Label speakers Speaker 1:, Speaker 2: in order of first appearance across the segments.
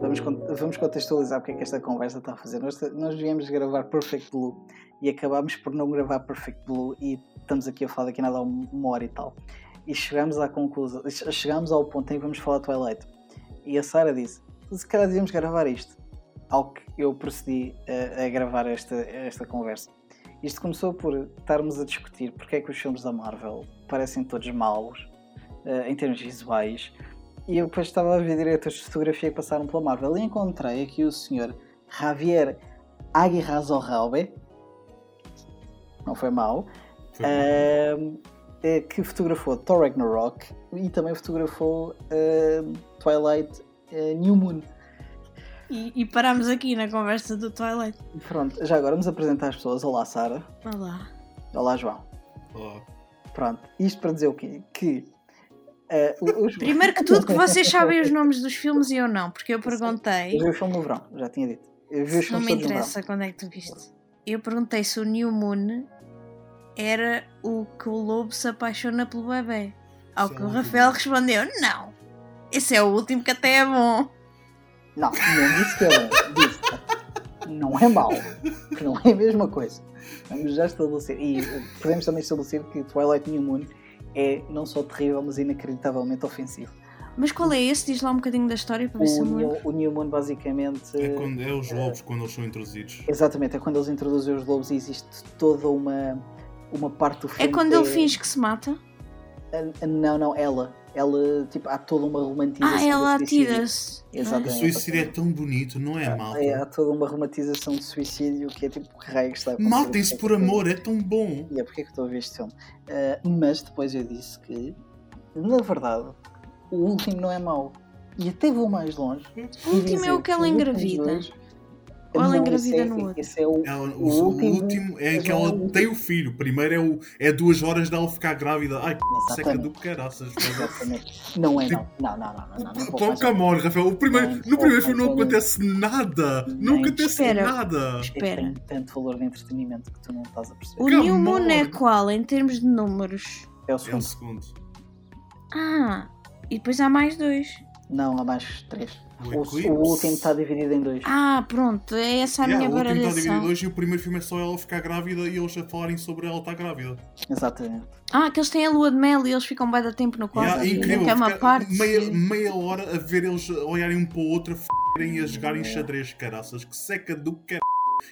Speaker 1: vamos, con- vamos contextualizar porque é que esta conversa está a fazer. Nós, nós viemos gravar Perfect Blue e acabámos por não gravar Perfect Blue e estamos aqui a falar daqui a nada há um- uma hora e tal. E chegámos à conclusão, che- chegámos ao ponto em que vamos falar Twilight. E a Sara disse: se calhar devíamos gravar isto. Ao que eu procedi a, a gravar esta, esta conversa. Isto começou por estarmos a discutir porque é que os filmes da Marvel parecem todos maus eh, em termos visuais. E eu depois estava a ver diretores de fotografia que passaram pela Marvel e encontrei aqui o senhor Javier Aguirrazorraube, não foi mau, ahm, eh, que fotografou Thor Ragnarok e também fotografou ahm, Twilight eh, New Moon.
Speaker 2: E, e parámos aqui na conversa do Twilight.
Speaker 1: E Pronto, já agora vamos apresentar as pessoas. Olá, Sara.
Speaker 2: Vá lá.
Speaker 1: Olá, João.
Speaker 3: Olá.
Speaker 1: Pronto, isto para dizer o quê? Que. eh, os...
Speaker 2: Primeiro que tudo, que vocês sabem os nomes dos filmes e eu não, porque eu perguntei.
Speaker 1: Eu vi o filme no verão, já tinha dito. Eu vi os
Speaker 2: Não
Speaker 1: filmes
Speaker 2: me
Speaker 1: todos no verão.
Speaker 2: interessa quando é que tu viste. Eu perguntei se o New Moon era o que o lobo se apaixona pelo bebê. Ao
Speaker 3: Sim.
Speaker 2: que o Rafael respondeu: não. Esse é o último que até é bom.
Speaker 1: Não, não disse que é bom. Disse que não é mau. Que não é a mesma coisa. Vamos já estabelecer. E eh, podemos também estabelecer que Twilight New Moon é não só terrível, mas inacreditavelmente ofensivo.
Speaker 2: Mas qual é esse? Diz lá um bocadinho da história para ver se
Speaker 1: O
Speaker 2: eu me lembro.
Speaker 1: New, o New Moon, basicamente.
Speaker 3: É, quando, é os lobos quando eles são introduzidos.
Speaker 1: Exatamente, é quando eles introduzem os lobos e existe toda uma, uma parte do
Speaker 2: É
Speaker 1: filme.
Speaker 2: quando
Speaker 1: que
Speaker 2: ele finge que se
Speaker 1: é-
Speaker 2: mata.
Speaker 1: Ah, Não, não, ela. Ela, tipo, há toda uma romantização.
Speaker 2: Ah,
Speaker 1: do
Speaker 2: ela
Speaker 1: suicídio.
Speaker 2: atira-se.
Speaker 1: Exatamente.
Speaker 3: O suicídio é tão bonito, não é, malta?
Speaker 1: É, há toda uma romantização de suicídio que é tipo, que raio que está a acontecer?
Speaker 3: Matem-se por amor, é tão bom.
Speaker 1: E é porque é que estou a ver este filme. Ah, mas depois eu disse que, na verdade, o último não é mau. E até vou mais longe.
Speaker 2: O último é o que ela engravida. Ou ela engravida no outro?
Speaker 1: Esse é o.
Speaker 3: É, o,
Speaker 1: O
Speaker 3: o
Speaker 1: último-
Speaker 3: último é
Speaker 1: mas
Speaker 3: que
Speaker 1: não é
Speaker 3: ela
Speaker 1: o último.
Speaker 3: tem o filho. Primeiro é, o, é duas horas dela ficar grávida. Ai, que seca
Speaker 1: Exatamente.
Speaker 3: Ah, do né? caraças. velho.
Speaker 1: Exatamente. Não é, não. Não, não, não. não, não, não vou
Speaker 3: Pô,
Speaker 1: mais-
Speaker 3: come on, Rafael. O primeiro,
Speaker 1: Não,
Speaker 3: no primeiro
Speaker 1: não,
Speaker 3: filme não
Speaker 1: não.
Speaker 3: acontece nada. Não
Speaker 1: Não,
Speaker 3: acontece
Speaker 2: espera.
Speaker 3: nada.
Speaker 1: É que
Speaker 2: Ah, Espera.
Speaker 1: Tem tanto valor de entretenimento que tu não estás a perceber.
Speaker 2: O
Speaker 3: Que
Speaker 2: New Moon é
Speaker 3: amor!
Speaker 2: qual em termos de números?
Speaker 1: É o
Speaker 3: É o
Speaker 1: segundo.
Speaker 3: segundo.
Speaker 2: Ah, e depois há mais dois.
Speaker 1: Não, há mais três.
Speaker 3: O
Speaker 1: O,
Speaker 3: Eclipse.
Speaker 1: o último tá está dividido em dois.
Speaker 2: Ah, pronto, é essa a
Speaker 3: Yeah,
Speaker 2: minha
Speaker 3: o último está dividido em
Speaker 2: baralhação.
Speaker 3: dois e o primeiro filme é só ela ficar grávida e eles a falarem sobre ela estar grávida.
Speaker 1: Exatamente.
Speaker 2: Ah, que eles têm a lua de mel e eles ficam bem da tempo no quarto.
Speaker 3: Yeah, é
Speaker 2: e
Speaker 3: incrível.
Speaker 2: nunca é uma
Speaker 3: fica
Speaker 2: parte.
Speaker 3: Meia, meia hora a ver eles a olharem um para o outro, a f***erem e a jogarem xadrez, caraças. Que seca do caralho.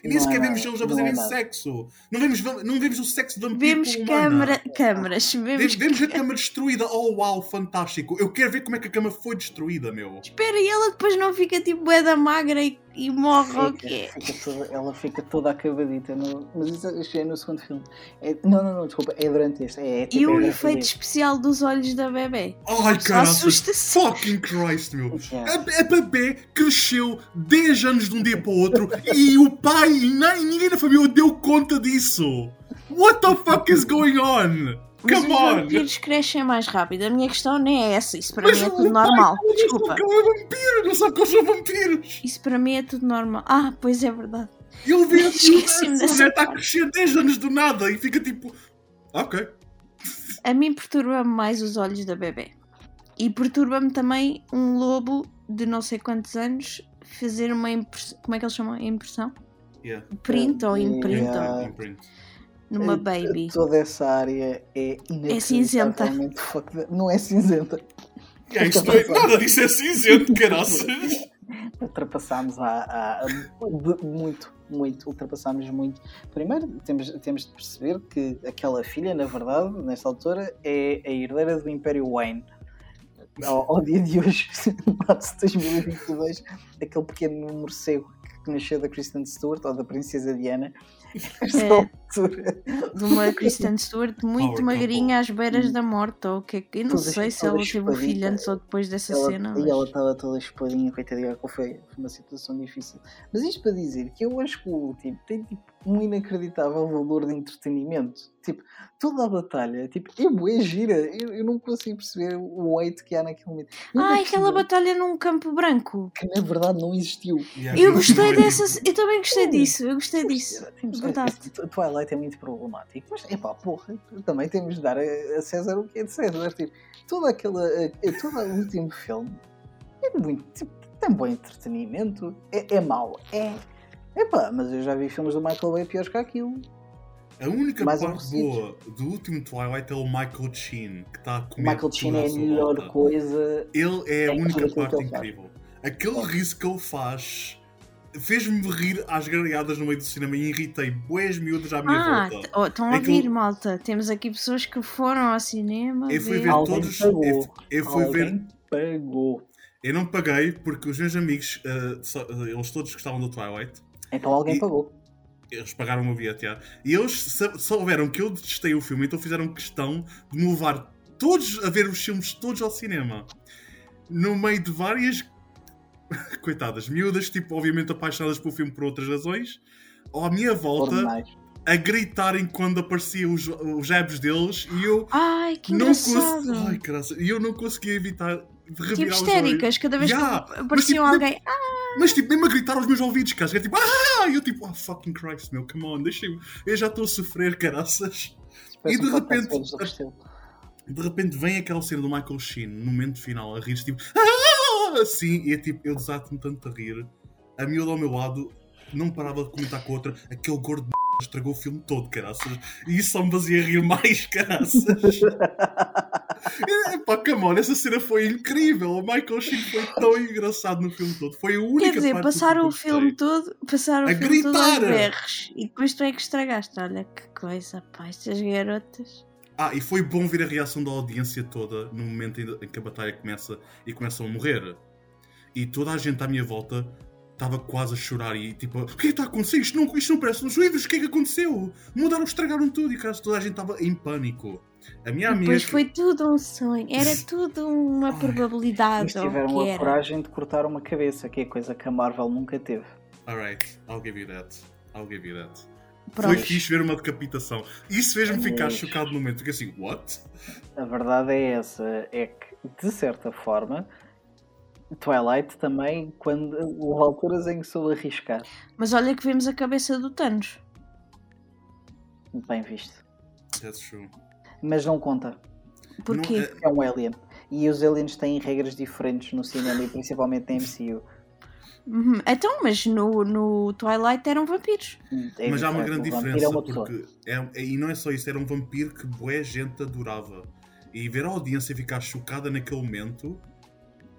Speaker 3: E nem
Speaker 1: Não,
Speaker 3: sequer
Speaker 1: não,
Speaker 3: vemos eles
Speaker 1: não
Speaker 3: a
Speaker 1: é
Speaker 3: fazerem
Speaker 1: nada.
Speaker 3: sexo. Não vemos, vam- não vemos o sexo vampiro
Speaker 2: Vemos
Speaker 3: pela
Speaker 2: câmara,
Speaker 3: tipo humana.
Speaker 2: câmaras, vemos...
Speaker 3: Vemos, vemos a cama destruída. Oh, uau, fantástico. Eu quero ver como é que a cama foi destruída, meu.
Speaker 2: Espera, e ela depois não fica tipo bué da magra e, e morre ou o
Speaker 1: Fica-
Speaker 2: quê?
Speaker 1: É fica toda- ela fica toda acabadita, no- mas isso isso é no segundo filme. É- não, não, não, desculpa, é durante este. É, é tipo,
Speaker 2: E o
Speaker 1: é
Speaker 2: efeito especial dos olhos da bebê.
Speaker 3: Ai,
Speaker 2: Só
Speaker 3: caraças.
Speaker 2: assusta-se.
Speaker 3: Fucking Christ, meu.
Speaker 1: Yeah.
Speaker 3: A, a bebê é cresceu 10 anos de um dia para o outro e o pai e nem, ninguém na família deu conta disso. What the fuck is going on?
Speaker 2: Mas
Speaker 3: Come
Speaker 2: os
Speaker 3: on!
Speaker 2: vampiros crescem mais rápido. A minha questão nem é essa. Isso para
Speaker 3: Mas
Speaker 2: mim é
Speaker 3: o pai
Speaker 2: tudo normal.
Speaker 3: Não disse
Speaker 2: Desculpa.
Speaker 3: que ele é vampiro, não sabe que eles são vampiros.
Speaker 2: Isso para mim é tudo normal. Ah, pois é verdade.
Speaker 3: E ele vê assim, a
Speaker 2: Esqueci-me dessa
Speaker 3: mulher está a crescer 10 anos do nada e fica tipo. Ok.
Speaker 2: A mim perturba-me mais os olhos da bebê. E perturba-me também um lobo de não sei quantos anos fazer uma impressão. Como é que eles chamam? Impressão?
Speaker 3: Yeah.
Speaker 2: Print ou imprint
Speaker 1: Yeah. Ah.
Speaker 3: Imprint.
Speaker 2: numa baby.
Speaker 1: Toda essa área é inacreditavelmente
Speaker 2: É cinzenta.
Speaker 1: fucked up. Não é cinzenta.
Speaker 3: Yeah, isto é, nada disso é cinzento, caraças.
Speaker 1: Ultrapassámos a, a- a- de- muito, muito, ultrapassámos muito. Primeiro, temos, temos de perceber que aquela filha, na verdade, nesta altura, é a herdeira do Império Wayne. Ao, ao dia de hoje, março de 2022, aquele pequeno morcego que nasceu da Kristen Stewart ou da Princesa Diana, nesta altura,
Speaker 2: De uma Kristen Stewart muito
Speaker 3: Power
Speaker 2: magrinha às
Speaker 1: Hum.
Speaker 2: beiras da morte. Ou o que é que. Eu não
Speaker 1: Toda-
Speaker 2: sei se
Speaker 1: toda
Speaker 2: ela teve um filho
Speaker 1: chupadita.
Speaker 2: antes ou depois dessa
Speaker 1: tá? ela-
Speaker 2: cena.
Speaker 1: e ela
Speaker 2: Mas...
Speaker 1: estava toda espadinha, coitadinha, qual foi, foi uma situação difícil. Mas isto para dizer que eu acho que o último tem tipo, um inacreditável valor de entretenimento. Tipo, toda a batalha tipo, é bué gira. Eu, eu não consigo perceber o weight que há naquele momento. Eu
Speaker 2: Ah,
Speaker 1: não
Speaker 2: aquela
Speaker 1: percebo
Speaker 2: batalha num campo branco.
Speaker 1: que na verdade não existiu.
Speaker 3: Yeah,
Speaker 2: Eu
Speaker 3: não-
Speaker 2: gostei
Speaker 3: não é
Speaker 2: dessa. Eu também gostei
Speaker 1: Sim.
Speaker 2: disso. Eu gostei disso.
Speaker 1: Temos-
Speaker 2: Verdade.
Speaker 1: T- Twilight é muito problemático, mas epá, porra, também temos de dar a, a César o que é de César. Tipo, todo aquele, a- a- todo o último filme é muito. Tipo, tem bom entretenimento. É, é mau. É. Epá, mas eu já vi filmes do Michael Bay piores que aquilo.
Speaker 3: A única
Speaker 1: Mais
Speaker 3: parte
Speaker 1: aborrecidos.
Speaker 3: boa do último Twilight é o Michael Sheen, que tá está a
Speaker 1: O
Speaker 3: comer
Speaker 1: Michael
Speaker 3: tudo
Speaker 1: Sheen
Speaker 3: à
Speaker 1: é a
Speaker 3: sua
Speaker 1: melhor
Speaker 3: volta.
Speaker 1: coisa.
Speaker 3: Ele é a
Speaker 1: É
Speaker 3: única
Speaker 1: aquilo que É.
Speaker 3: parte
Speaker 1: ele faz.
Speaker 3: incrível. Aquele riso que ele faz fez-me rir às gargalhadas no meio do cinema e irritei boas miúdas à minha
Speaker 2: Ah,
Speaker 3: volta.
Speaker 2: t- oh, estão a
Speaker 3: um É que eu-
Speaker 2: ouvir, malta. Temos aqui pessoas que foram ao cinema.
Speaker 3: Eu fui ver
Speaker 1: Alguém
Speaker 3: todos.
Speaker 1: pagou.
Speaker 3: Eu, eu fui ver.
Speaker 1: Alguém pagou.
Speaker 3: Eu não paguei porque os meus amigos, ah, só- ah, eles todos gostavam do Twilight.
Speaker 1: Então alguém
Speaker 3: E-
Speaker 1: pagou.
Speaker 3: Eles pagaram o meu bilhete, já. E eles sa- souberam que eu detestei o filme, então fizeram questão de me levar todos a ver os filmes todos ao cinema. No meio de várias. Coitadas, miúdas, tipo, obviamente apaixonadas pelo filme por outras razões, ou à minha
Speaker 1: Foram
Speaker 3: volta,
Speaker 1: mais.
Speaker 3: a gritarem quando apareciam os, os jabs deles e eu
Speaker 2: Ai, que
Speaker 3: não
Speaker 2: engraçado.
Speaker 3: conseguia. Ai, graças. E eu não conseguia evitar revirar
Speaker 2: Tipo
Speaker 3: os olhos.
Speaker 2: histéricas, cada vez
Speaker 3: Yeah,
Speaker 2: que aparecia
Speaker 3: mas tipo,
Speaker 2: alguém. Ah,
Speaker 3: Mas tipo, mesmo a gritar aos meus ouvidos, cara, é tipo, ah! E eu tipo, ah, fucking Christ, meu, come on, deixem-me. Eu já estou a sofrer, caraças.
Speaker 1: Parece
Speaker 3: de
Speaker 1: um podcast
Speaker 3: repente-
Speaker 1: sobre Restelo.
Speaker 3: De repente vem aquela cena do Michael Sheen no momento final a rir, tipo, ah! assim, e é tipo, eu desato-me tanto a rir. A miúda ao meu lado não parava de comentar com a outra, aquele gordo de merda estragou o filme todo, caraças. E isso só me fazia rir mais, caraças. É, pá, come on, essa cena foi incrível. O Michael Sheen foi tão engraçado no filme todo. Foi a única
Speaker 2: quer dizer,
Speaker 3: parte do
Speaker 2: passaram o
Speaker 3: que eu gostei.
Speaker 2: filme todo, passaram
Speaker 3: A
Speaker 2: o filme todo aos
Speaker 3: gritar.
Speaker 2: berros. E depois tu é que estragaste. Olha que coisa, pá, estas garotas.
Speaker 3: Ah, e foi bom ver a reação da audiência toda no momento em em que a batalha começa e começam a morrer. E toda a gente à minha volta estava quase a chorar e tipo, o que é que está a acontecer? Isto não, isto não parece nos livros, o que é que aconteceu? Mudaram, estragaram tudo e caras, toda a gente estava em pânico. A minha amiga.
Speaker 2: Depois foi tudo um sonho. Era tudo uma
Speaker 3: É Ai,
Speaker 1: Mas
Speaker 2: probabilidade. ou Ah, então, o
Speaker 1: tiveram
Speaker 2: que
Speaker 1: a
Speaker 2: era.
Speaker 1: coragem de cortar uma cabeça, que é coisa que a Marvel nunca teve.
Speaker 3: Alright, I'll give you that. I'll give you that. Foi
Speaker 2: Pronto.
Speaker 3: fixe ver uma decapitação. Isso fez-me ficar
Speaker 1: Ai.
Speaker 3: chocado no momento. Fiquei assim, what?
Speaker 1: A verdade é essa, é que, de certa forma, Twilight também, quando houve alturas em que soube arriscar.
Speaker 2: Mas olha que vimos a cabeça do Thanos.
Speaker 1: Bem visto.
Speaker 3: That's true.
Speaker 1: Mas não conta,
Speaker 2: Porquê?
Speaker 3: Não,
Speaker 1: é um alien. E os aliens têm regras diferentes no cinema e principalmente na MCU.
Speaker 2: Uhum. Então, mas no, no Twilight eram vampiros.
Speaker 1: É
Speaker 3: mas há uma
Speaker 1: diferente,
Speaker 3: grande
Speaker 1: o vampiro
Speaker 3: diferença,
Speaker 1: é uma pessoa.
Speaker 3: porque é- é- e não é só isso, era um vampiro que boa gente adorava. E ver a audiência ficar chocada naquele momento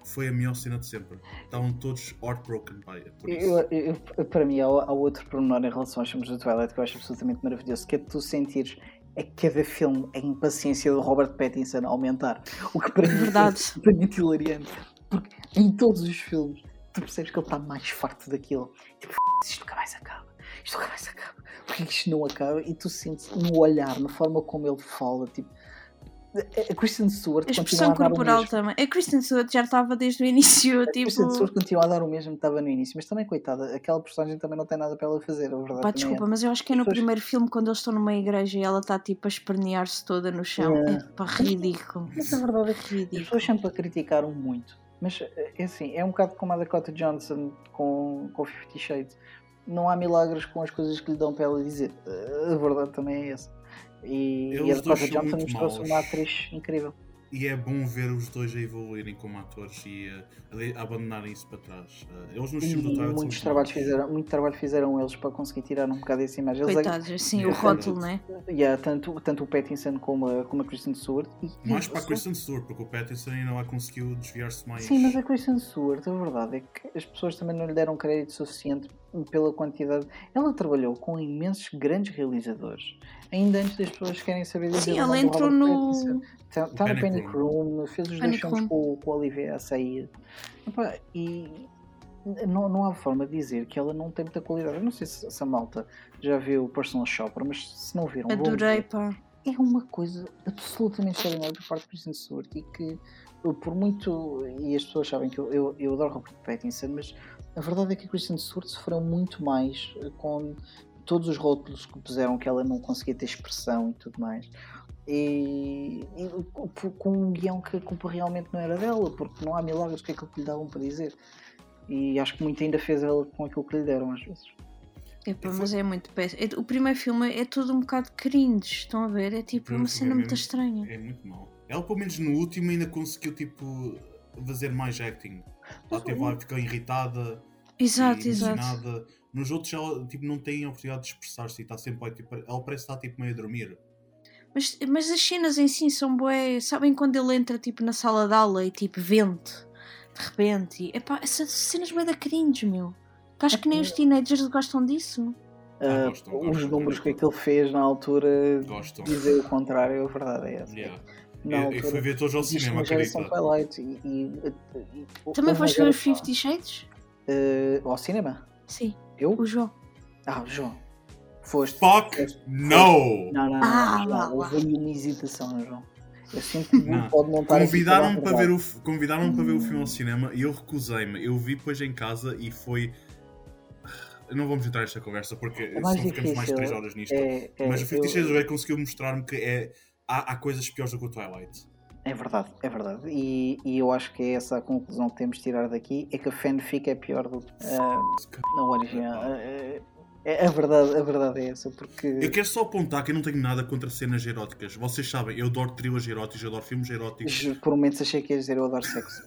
Speaker 3: foi a melhor cena de sempre. Estavam todos heartbroken by it, por isso.
Speaker 1: Eu- eu- eu- para mim, há, há outro pormenor em relação aos filmes do Twilight que eu acho absolutamente maravilhoso, que é tu sentires a cada filme a impaciência do Robert Pattinson a aumentar. O que para mim
Speaker 2: Verdade.
Speaker 1: é absolutamente hilariante. Porque em todos os filmes tu percebes que ele está mais farto daquilo. Tipo, "F- isto nunca mais acaba. Isto nunca mais acaba. Porque isto não acaba e tu sentes no olhar, na forma como ele fala, tipo. a- A Kristen Stewart
Speaker 2: A
Speaker 1: continua
Speaker 2: expressão
Speaker 1: a dar o
Speaker 2: corporal
Speaker 1: mesmo.
Speaker 2: também. A Kristen Stewart já estava desde o início, tipo.
Speaker 1: Kristen Stewart continua a dar o mesmo que estava no início, mas também, coitada, aquela personagem também não tem nada para ela fazer, a verdade. também
Speaker 2: Pá, desculpa, mas eu acho que é no
Speaker 1: Pessoas-
Speaker 2: primeiro filme quando eles estão numa igreja e ela está tipo a espernear-se toda no chão.
Speaker 1: É.
Speaker 2: É pá, ridículo.
Speaker 1: é. Mas a verdade é que as pessoas
Speaker 2: Ridículo.
Speaker 1: sempre a criticaram muito, mas eh, é assim, é um bocado como a Dakota Johnson com, com Fifty Shades. Não há milagres com as coisas que lhe dão para ela dizer. Eh, A verdade também é essa. E, e a
Speaker 3: Eles
Speaker 1: Dakota
Speaker 3: dois são
Speaker 1: Johnson
Speaker 3: muito
Speaker 1: mostrou-se
Speaker 3: maus.
Speaker 1: uma atriz incrível.
Speaker 3: E é bom ver os dois a evoluírem como atores e eh, a de- a abandonarem isso para trás. Eh, eles nos
Speaker 1: E
Speaker 3: filmes do Twilight são
Speaker 1: muitos
Speaker 3: muito
Speaker 1: trabalhos
Speaker 3: bons.
Speaker 1: fizeram, muito trabalho fizeram eles para conseguir tirar um bocado essa imagem. Eles é
Speaker 2: Coitados, assim, o
Speaker 3: Eu-
Speaker 2: rótulo, né?
Speaker 1: Yeah, tanto, tanto o Pattinson como a, como a Kristen Stewart. E- e
Speaker 3: Mais para a
Speaker 1: só-
Speaker 3: Kristen Stewart, porque o Pattinson ainda lá conseguiu desviar-se mais.
Speaker 1: Sim, mas a Kristen Stewart, a verdade é que as pessoas também não lhe deram crédito suficiente pela quantidade. Ela trabalhou com imensos grandes realizadores, ainda antes das pessoas querem saber dizer
Speaker 2: Sim,
Speaker 1: o
Speaker 2: ela
Speaker 1: nome do
Speaker 2: entrou
Speaker 1: Robert
Speaker 2: no.
Speaker 1: Pattinson. Está
Speaker 3: O
Speaker 1: tá no
Speaker 3: Panic
Speaker 1: Panic Room, fez os dois
Speaker 2: Panic
Speaker 1: filmes
Speaker 2: Room.
Speaker 1: com, o- com a Olivia a sair. Epá, e não, não há forma de dizer que ela não tem muita qualidade. Eu não sei se, se a malta já viu o Personal Shopper, mas se não viram, vão
Speaker 2: Adorei,
Speaker 1: ver.
Speaker 2: pá.
Speaker 1: É uma coisa absolutamente extraordinária por parte do Kristen Stewart e que, eu, por muito. E as pessoas sabem que eu, eu, eu adoro Robert Pattinson, mas a verdade é que a Kristen Stewart sofreu muito mais eh, com todos os rótulos que puseram que ela não conseguia ter expressão e tudo mais e, e com- com um guião que a culpa realmente não era dela, porque não há milagres que é aquilo que lhe davam para dizer. E acho que muito ainda fez ela com aquilo que lhe deram às vezes.
Speaker 2: Epá,
Speaker 3: Eu
Speaker 2: mas é muito péssimo. É- O primeiro filme é todo um bocado cringe, estão a ver? É tipo
Speaker 3: Eu
Speaker 2: uma
Speaker 3: não
Speaker 2: cena
Speaker 3: vi
Speaker 2: muito
Speaker 3: mesmo.
Speaker 2: estranha.
Speaker 3: É muito mal. Ela, pelo menos no último, ainda conseguiu, tipo, fazer mais acting. Lá teve lá, ficou irritada
Speaker 2: Exato,
Speaker 3: e
Speaker 2: exato.
Speaker 3: emocionada. Nos outros ela tipo, não tem a oportunidade de expressar-se e está sempre lá, tipo, ela parece estar tipo, meio a dormir.
Speaker 2: Mas, mas as cenas em si são bué. Sabem quando ele entra tipo na sala de aula e tipo vento de repente? E, epá, essas cenas bué da cringe, meu. Tu acho que
Speaker 1: É.
Speaker 2: nem os teenagers gostam disso.
Speaker 3: Ah,
Speaker 1: Ah,
Speaker 3: gostam, gostam,
Speaker 1: os números
Speaker 3: gostam.
Speaker 1: que aquilo fez na altura
Speaker 3: Gostam.
Speaker 1: dizer o contrário, a verdade é essa.
Speaker 3: Yeah.
Speaker 1: Na
Speaker 3: Eu, eu fui
Speaker 1: altura,
Speaker 3: ver todos ao
Speaker 1: existe
Speaker 3: cinema,
Speaker 1: uma geração
Speaker 3: acredita.
Speaker 1: Twilight e, e- e-
Speaker 2: Também
Speaker 1: houve
Speaker 2: foste
Speaker 1: uma geração-
Speaker 2: ver Fifty Shades?
Speaker 1: Eh, ao cinema?
Speaker 2: Sim,
Speaker 1: Eu?
Speaker 2: o João.
Speaker 1: Ah, João. Foste.
Speaker 3: Fuck
Speaker 1: Não,
Speaker 3: no!
Speaker 1: não, não.
Speaker 2: Ah,
Speaker 1: João,
Speaker 2: lá, lá.
Speaker 1: houve aí uma hesitação, João. Eu sinto que
Speaker 3: Não.
Speaker 1: não. pode não estar a
Speaker 3: Convidaram-me
Speaker 1: falar a
Speaker 3: para, ver
Speaker 1: verdade.
Speaker 3: o f- convidaram-me para ver o filme ao cinema e eu recusei-me. Eu vi depois em casa e foi. Não vamos entrar nesta conversa porque
Speaker 1: É mais
Speaker 3: senão ficamos mais
Speaker 1: difícil,
Speaker 3: 3 horas nisto.
Speaker 1: É, é,
Speaker 3: Mas o Fifty
Speaker 1: eu-
Speaker 3: Shades of Grey conseguiu mostrar-me que é... há, há coisas piores do que o Twilight.
Speaker 1: É verdade, é verdade. E, e eu acho que é essa a conclusão que temos de tirar daqui: é que a fanfic é pior do que ah, na original. Ah, é- é- a, verdade, a verdade é essa,
Speaker 3: Eu
Speaker 1: porque
Speaker 3: quero só apontar que eu não tenho nada contra cenas eróticas. Vocês sabem, eu adoro trilhas eróticas, eu adoro filmes eróticos.
Speaker 1: ju- por momentos achei que ia dizer eu adoro sexo.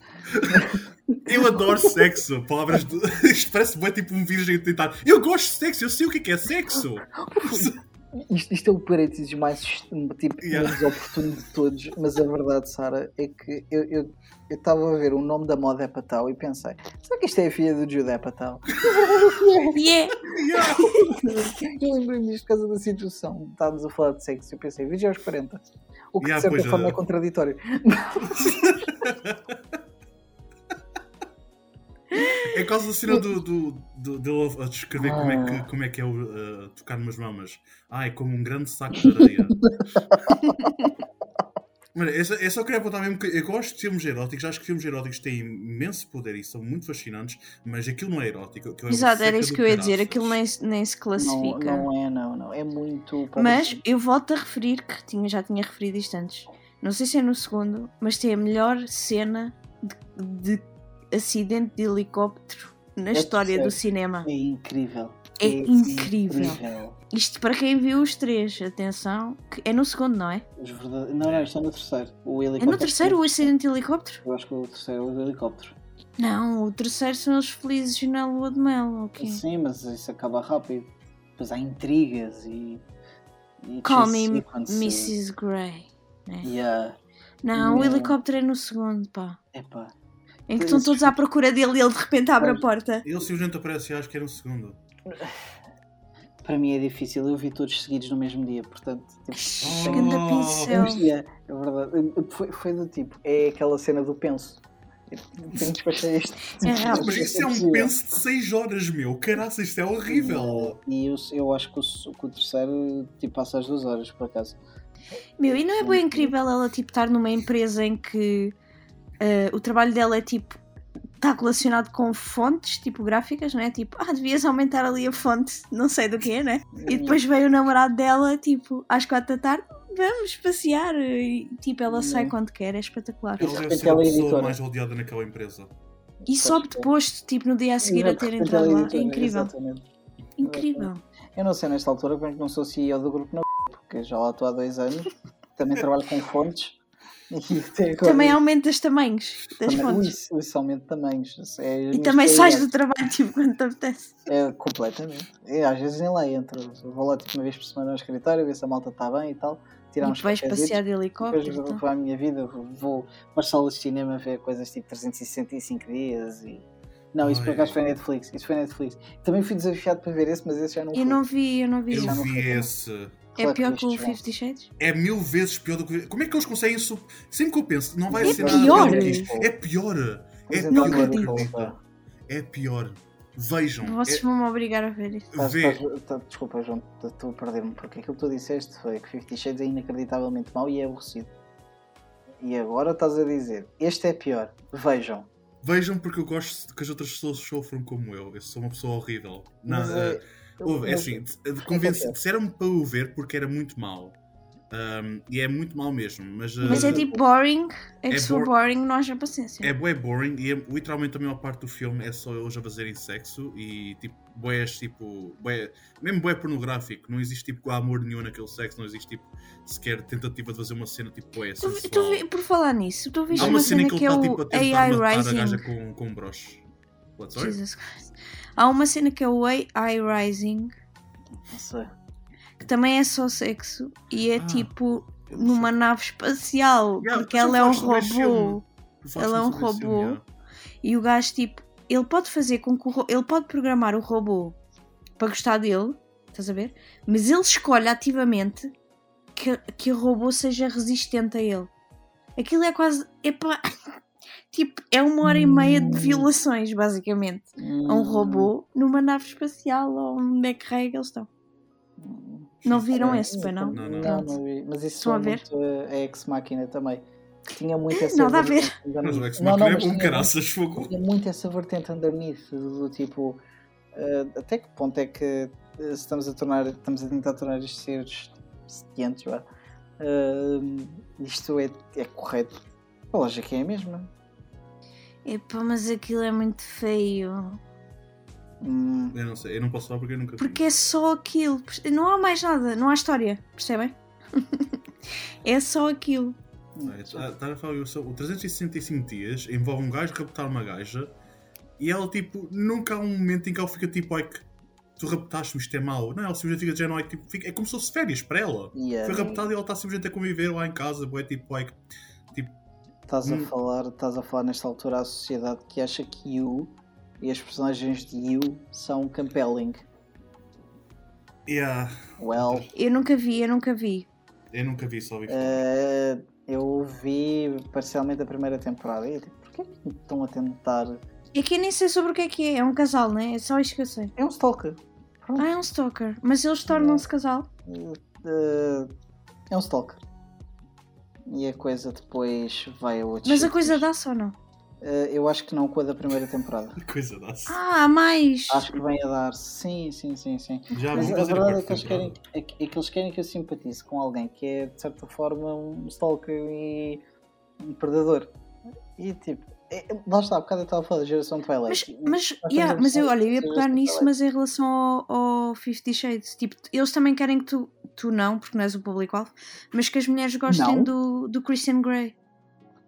Speaker 3: Eu adoro sexo. Palavras de. Isto parece bem tipo um virgem a tentar. Eu gosto de sexo, eu sei o que é que é sexo.
Speaker 1: Isto, isto é o parênteses mais tipo,
Speaker 3: Yeah.
Speaker 1: menos oportuno de todos, mas a verdade, Sara, é que eu estava eu, estava a ver o nome da moda Apatow e pensei: será que isto é a filha do Jude Apatow?
Speaker 2: E é.
Speaker 3: Yeah.
Speaker 1: Eu lembrei-me disto por causa da situação. Estávamos a falar de sexo. Eu pensei, vídeo aos 40. O que
Speaker 3: Yeah,
Speaker 1: de certa
Speaker 3: pois,
Speaker 1: forma
Speaker 3: eh.
Speaker 1: é contraditório.
Speaker 3: É por causa da cena do, do, do, dele a descrever como, é
Speaker 1: Ah.
Speaker 3: que, como é que é o, uh, tocar numas mamas. Ah, é como um grande saco de areia. Mano, eu só, eu só queria apontar mesmo que eu gosto de filmes eróticos, acho que filmes eróticos têm imenso poder e são muito fascinantes, mas aquilo não é erótico. aquilo é uma
Speaker 2: Exato, era
Speaker 3: seca
Speaker 2: isso
Speaker 3: do
Speaker 2: que eu ia dizer.
Speaker 3: caraças.
Speaker 2: Aquilo nem, se- nem se
Speaker 1: Não,
Speaker 2: classifica.
Speaker 1: não é, não, não. É muito.
Speaker 2: Mas eu volto a referir que tinha, já tinha referido isto antes. Não sei se é no segundo, mas tem a melhor cena de, de acidente de helicóptero na
Speaker 1: Deve
Speaker 2: história do
Speaker 1: ser.
Speaker 2: cinema.
Speaker 1: É incrível.
Speaker 2: É incrível. Isto para quem viu os três, atenção, que é no segundo, não é?
Speaker 1: Os verdade- Não, não, isto é no terceiro. O
Speaker 2: É
Speaker 1: helicóptero.
Speaker 2: no terceiro o acidente de helicóptero?
Speaker 1: Eu acho que o terceiro é o do helicóptero.
Speaker 2: Não, o terceiro são os felizes na lua de mel, ok?
Speaker 1: Sim, mas isso acaba rápido. Depois há intrigas e. e
Speaker 2: Call
Speaker 1: chase
Speaker 2: me
Speaker 1: sequences.
Speaker 2: Mrs. Grey.
Speaker 1: Yeah.
Speaker 2: Não,
Speaker 1: Não.
Speaker 2: o helicóptero é no segundo, pá.
Speaker 1: Epá.
Speaker 2: Em que estão todos à procura dele e ele de repente abre a porta.
Speaker 1: Oh.
Speaker 3: Ele simplesmente aparece, acho que era no segundo.
Speaker 1: Para mim é difícil. Eu vi todos seguidos no mesmo dia, portanto. Tipo,
Speaker 2: Chegando a pincel.
Speaker 1: Mas, yeah, é verdade. Foi, foi do tipo, é aquela cena do penso. Tenho que despachar este.
Speaker 2: É real.
Speaker 3: Mas isso é um penso de 6 horas, meu. Caraca, isto é horrível.
Speaker 1: E eu, eu acho que o, s- que o terceiro tipo, passa as duas horas, por acaso.
Speaker 2: Meu, e não é
Speaker 1: Sim,
Speaker 2: bem
Speaker 1: sim.
Speaker 2: incrível ela tipo estar numa empresa em que eh, o trabalho dela é tipo está relacionado com fontes tipográficas, não é? Tipo, ah, devias aumentar ali a fonte, não sei do que, né? E depois veio o namorado dela, tipo, às quatro da tarde, vamos passear e tipo, ela sai
Speaker 1: Hum.
Speaker 2: quando quer, é espetacular.
Speaker 3: Ele
Speaker 1: de
Speaker 3: deve
Speaker 1: repente
Speaker 3: ser a
Speaker 1: ela é
Speaker 3: pessoa
Speaker 1: editora.
Speaker 3: mais odiada naquela empresa.
Speaker 2: E sobe de posto, tipo, no dia a seguir a ter entrado lá. É incrível,
Speaker 1: Exatamente.
Speaker 2: incrível.
Speaker 1: Eu não sei nesta altura como é que não sou CEO do grupo, não, porque já lá estou há dois anos. Também trabalho com fontes. E até agora-
Speaker 2: Também aumentas tamanhos das
Speaker 1: também-
Speaker 2: fontes.
Speaker 1: Ui, isso aumenta tamanhos. isso é as
Speaker 2: E
Speaker 1: minhas
Speaker 2: também sais
Speaker 1: prioridades.
Speaker 2: do trabalho, tipo, quando te apetece.
Speaker 1: É, completamente. É, às vezes nem lá entro. Eu Vou lá tipo uma vez por semana ao escritório, ver se a malta está bem e tal. Tirar
Speaker 2: E
Speaker 1: uns
Speaker 2: vais
Speaker 1: cafezitos,
Speaker 2: passear então. de helicóptero.
Speaker 1: Depois
Speaker 2: e
Speaker 1: vou
Speaker 2: tal.
Speaker 1: para a minha vida, vou- vou para salas de cinema ver coisas tipo 365 dias e. Não, isso por
Speaker 3: Ai.
Speaker 1: acaso foi Netflix. Isso foi Netflix. Também fui desafiado para ver esse, mas esse já não
Speaker 2: Eu
Speaker 1: fui.
Speaker 2: não vi, eu não vi.
Speaker 3: Eu
Speaker 1: Já não
Speaker 3: vi
Speaker 1: fica.
Speaker 3: esse.
Speaker 2: É pior que o
Speaker 1: Claro isto já-
Speaker 2: Fifty Shades?
Speaker 3: É mil vezes pior do que. Como é que eles conseguem isso? Sempre que eu penso, não vai
Speaker 2: É
Speaker 3: ser nada pior do que
Speaker 2: pior.
Speaker 3: isto. É pior.
Speaker 1: Mas
Speaker 3: É
Speaker 1: então
Speaker 3: pior,
Speaker 1: agora
Speaker 2: acredito.
Speaker 1: volta.
Speaker 3: É pior. Vejam.
Speaker 2: Vocês vão me obrigar a ver isso.
Speaker 3: É...
Speaker 1: Estás-
Speaker 3: Vê.
Speaker 1: estás- tá- Desculpa, João, t- estou a perder-me, porque aquilo que tu disseste foi que Fifty Shades é inacreditavelmente mau e é aborrecido. E agora estás a dizer, este é pior, vejam.
Speaker 3: Vejam porque eu gosto que as outras pessoas sofram como eu. Eu sou uma pessoa horrível. Não,
Speaker 1: Mas,
Speaker 3: é,
Speaker 1: eh,
Speaker 3: houve, é
Speaker 1: mas-
Speaker 3: assim, de- de- convenci-
Speaker 1: acontece.
Speaker 3: disseram-me para o ver porque era muito mau. Um, e é muito mal mesmo. Mas,
Speaker 2: Mas
Speaker 3: uh,
Speaker 2: é tipo boring. É que
Speaker 3: É
Speaker 2: se for
Speaker 3: bor-
Speaker 2: boring, não haja paciência.
Speaker 3: É bué boring e é, literalmente a maior parte do filme é só eles a fazerem sexo e tipo, boés tipo, bué, mesmo bué pornográfico, não existe tipo amor nenhum naquele sexo, não existe tipo sequer tentativa de fazer uma cena tipo bué
Speaker 2: Tu,
Speaker 3: sensual.
Speaker 2: vi- tu vi- por falar nisso, tu viste
Speaker 3: Há uma
Speaker 2: uma
Speaker 3: cena
Speaker 2: cena
Speaker 3: em que
Speaker 2: que
Speaker 3: ele
Speaker 2: é
Speaker 3: está
Speaker 2: o
Speaker 3: tipo a tentar
Speaker 2: AI
Speaker 3: matar a
Speaker 2: Rising.
Speaker 3: gaja com, com um broche. What, sorry?
Speaker 2: Jesus Christ. Há uma cena que é o AI Rising,
Speaker 1: Não sei.
Speaker 2: que também é só sexo e é
Speaker 3: Ah.
Speaker 2: tipo numa nave espacial,
Speaker 3: Yeah, tu
Speaker 2: porque ela é um
Speaker 3: falaste sobre esse
Speaker 2: robô.
Speaker 3: filme. Tu falaste
Speaker 2: Ela é um
Speaker 3: sobre esse filme,
Speaker 2: robô.
Speaker 3: yeah.
Speaker 2: E o gajo, tipo, ele pode fazer com que o ro- ele pode programar o robô para gostar dele, estás a ver? Mas ele escolhe ativamente que, que o robô seja resistente a ele. Aquilo é quase. É pá. Tipo, é uma hora e meia
Speaker 3: Hum.
Speaker 2: de violações, basicamente. A um robô numa nave espacial ou onde é que raio que eles estão.
Speaker 1: Hum.
Speaker 2: Não viram
Speaker 1: Ah,
Speaker 2: esse, pois não?
Speaker 3: Não, não.
Speaker 1: Não, não vi. Mas isso
Speaker 2: Estão a
Speaker 1: é
Speaker 2: ver?
Speaker 1: muito uh, a Ex-Máquina também. Tinha muito essa...
Speaker 2: Nada a
Speaker 1: vertente
Speaker 3: Mas o
Speaker 1: underneath.
Speaker 3: Ex
Speaker 1: Não,
Speaker 3: Machina
Speaker 1: não,
Speaker 3: é
Speaker 1: mas
Speaker 3: bom,
Speaker 1: tinha-
Speaker 3: caraças, fogo.
Speaker 1: Tinha muito essa vertente underneath do, do tipo... uh, até que ponto é que uh, estamos a tornar... Estamos a tentar tornar isto seres sentientes, vá. Uh, isto é, é correto. A lógica é a mesma.
Speaker 2: Epá, mas aquilo é muito feio.
Speaker 1: Hum,
Speaker 3: Eu não sei, eu não posso falar porque eu nunca vi.
Speaker 2: Porque é só aquilo. Não há mais nada, não há história, percebem? é só aquilo.
Speaker 3: é, Ah, Estás tá a falar, eu sou, o 365 dias envolve um gajo raptar uma gaja e ela, tipo, nunca há um momento em que ela fica tipo, ai que tu raptaste-me, isto é mau. Não, ela simplesmente fica dizendo, ai que tipo, fica, é como se fosse férias para ela.
Speaker 1: yeah.
Speaker 3: Foi raptada e ela está simplesmente a conviver lá em casa, boé, tipo, ai que.
Speaker 1: Estás a
Speaker 3: Hum.
Speaker 1: falar, estás a falar nesta altura à sociedade que acha que You e as personagens de You são compelling.
Speaker 3: Yeah,
Speaker 1: Well,
Speaker 2: Eu nunca vi, eu nunca vi.
Speaker 3: eu nunca vi, só vi.
Speaker 1: eh, eu vi parcialmente a primeira temporada e eu tipo, porquê que me estão a tentar?
Speaker 2: E aqui eu nem sei sobre o que é que é. É um casal, né? É só isto que eu sei.
Speaker 1: É um stalker. Pronto.
Speaker 2: Ah, é um stalker. Mas eles tornam-se casal.
Speaker 1: Eh, é um stalker. E a coisa depois vai a outros.
Speaker 2: Mas a
Speaker 1: sítios.
Speaker 2: coisa dá-se ou não?
Speaker 1: Eh, eu acho que não com a da primeira temporada.
Speaker 3: Coisa dá-se.
Speaker 2: Ah, há mais!
Speaker 1: acho que vem a dar. Sim, sim, sim, sim.
Speaker 3: Já
Speaker 1: Mas
Speaker 3: vou
Speaker 1: a
Speaker 3: fazer a
Speaker 1: verdade é
Speaker 3: quarta
Speaker 1: que, eles
Speaker 3: temporada.
Speaker 1: querem, é, que- é que eles querem que eu simpatize com alguém que é, de certa forma, um stalker e um predador. E tipo, é, lá está, há bocado eu estava a falar da geração
Speaker 2: Mas,
Speaker 1: Twilight.
Speaker 2: mas,
Speaker 1: Nós
Speaker 2: yeah,
Speaker 1: temos
Speaker 2: mas eu,
Speaker 1: noção
Speaker 2: olha, eu
Speaker 1: de
Speaker 2: ia pegar
Speaker 1: geração
Speaker 2: nisso,
Speaker 1: Twilight.
Speaker 2: mas em relação ao, ao Fifty Shades, tipo, eles também querem que tu, tu não, porque não és o público-alvo, mas que as mulheres gostem
Speaker 1: Não.
Speaker 2: do, do Christian Grey.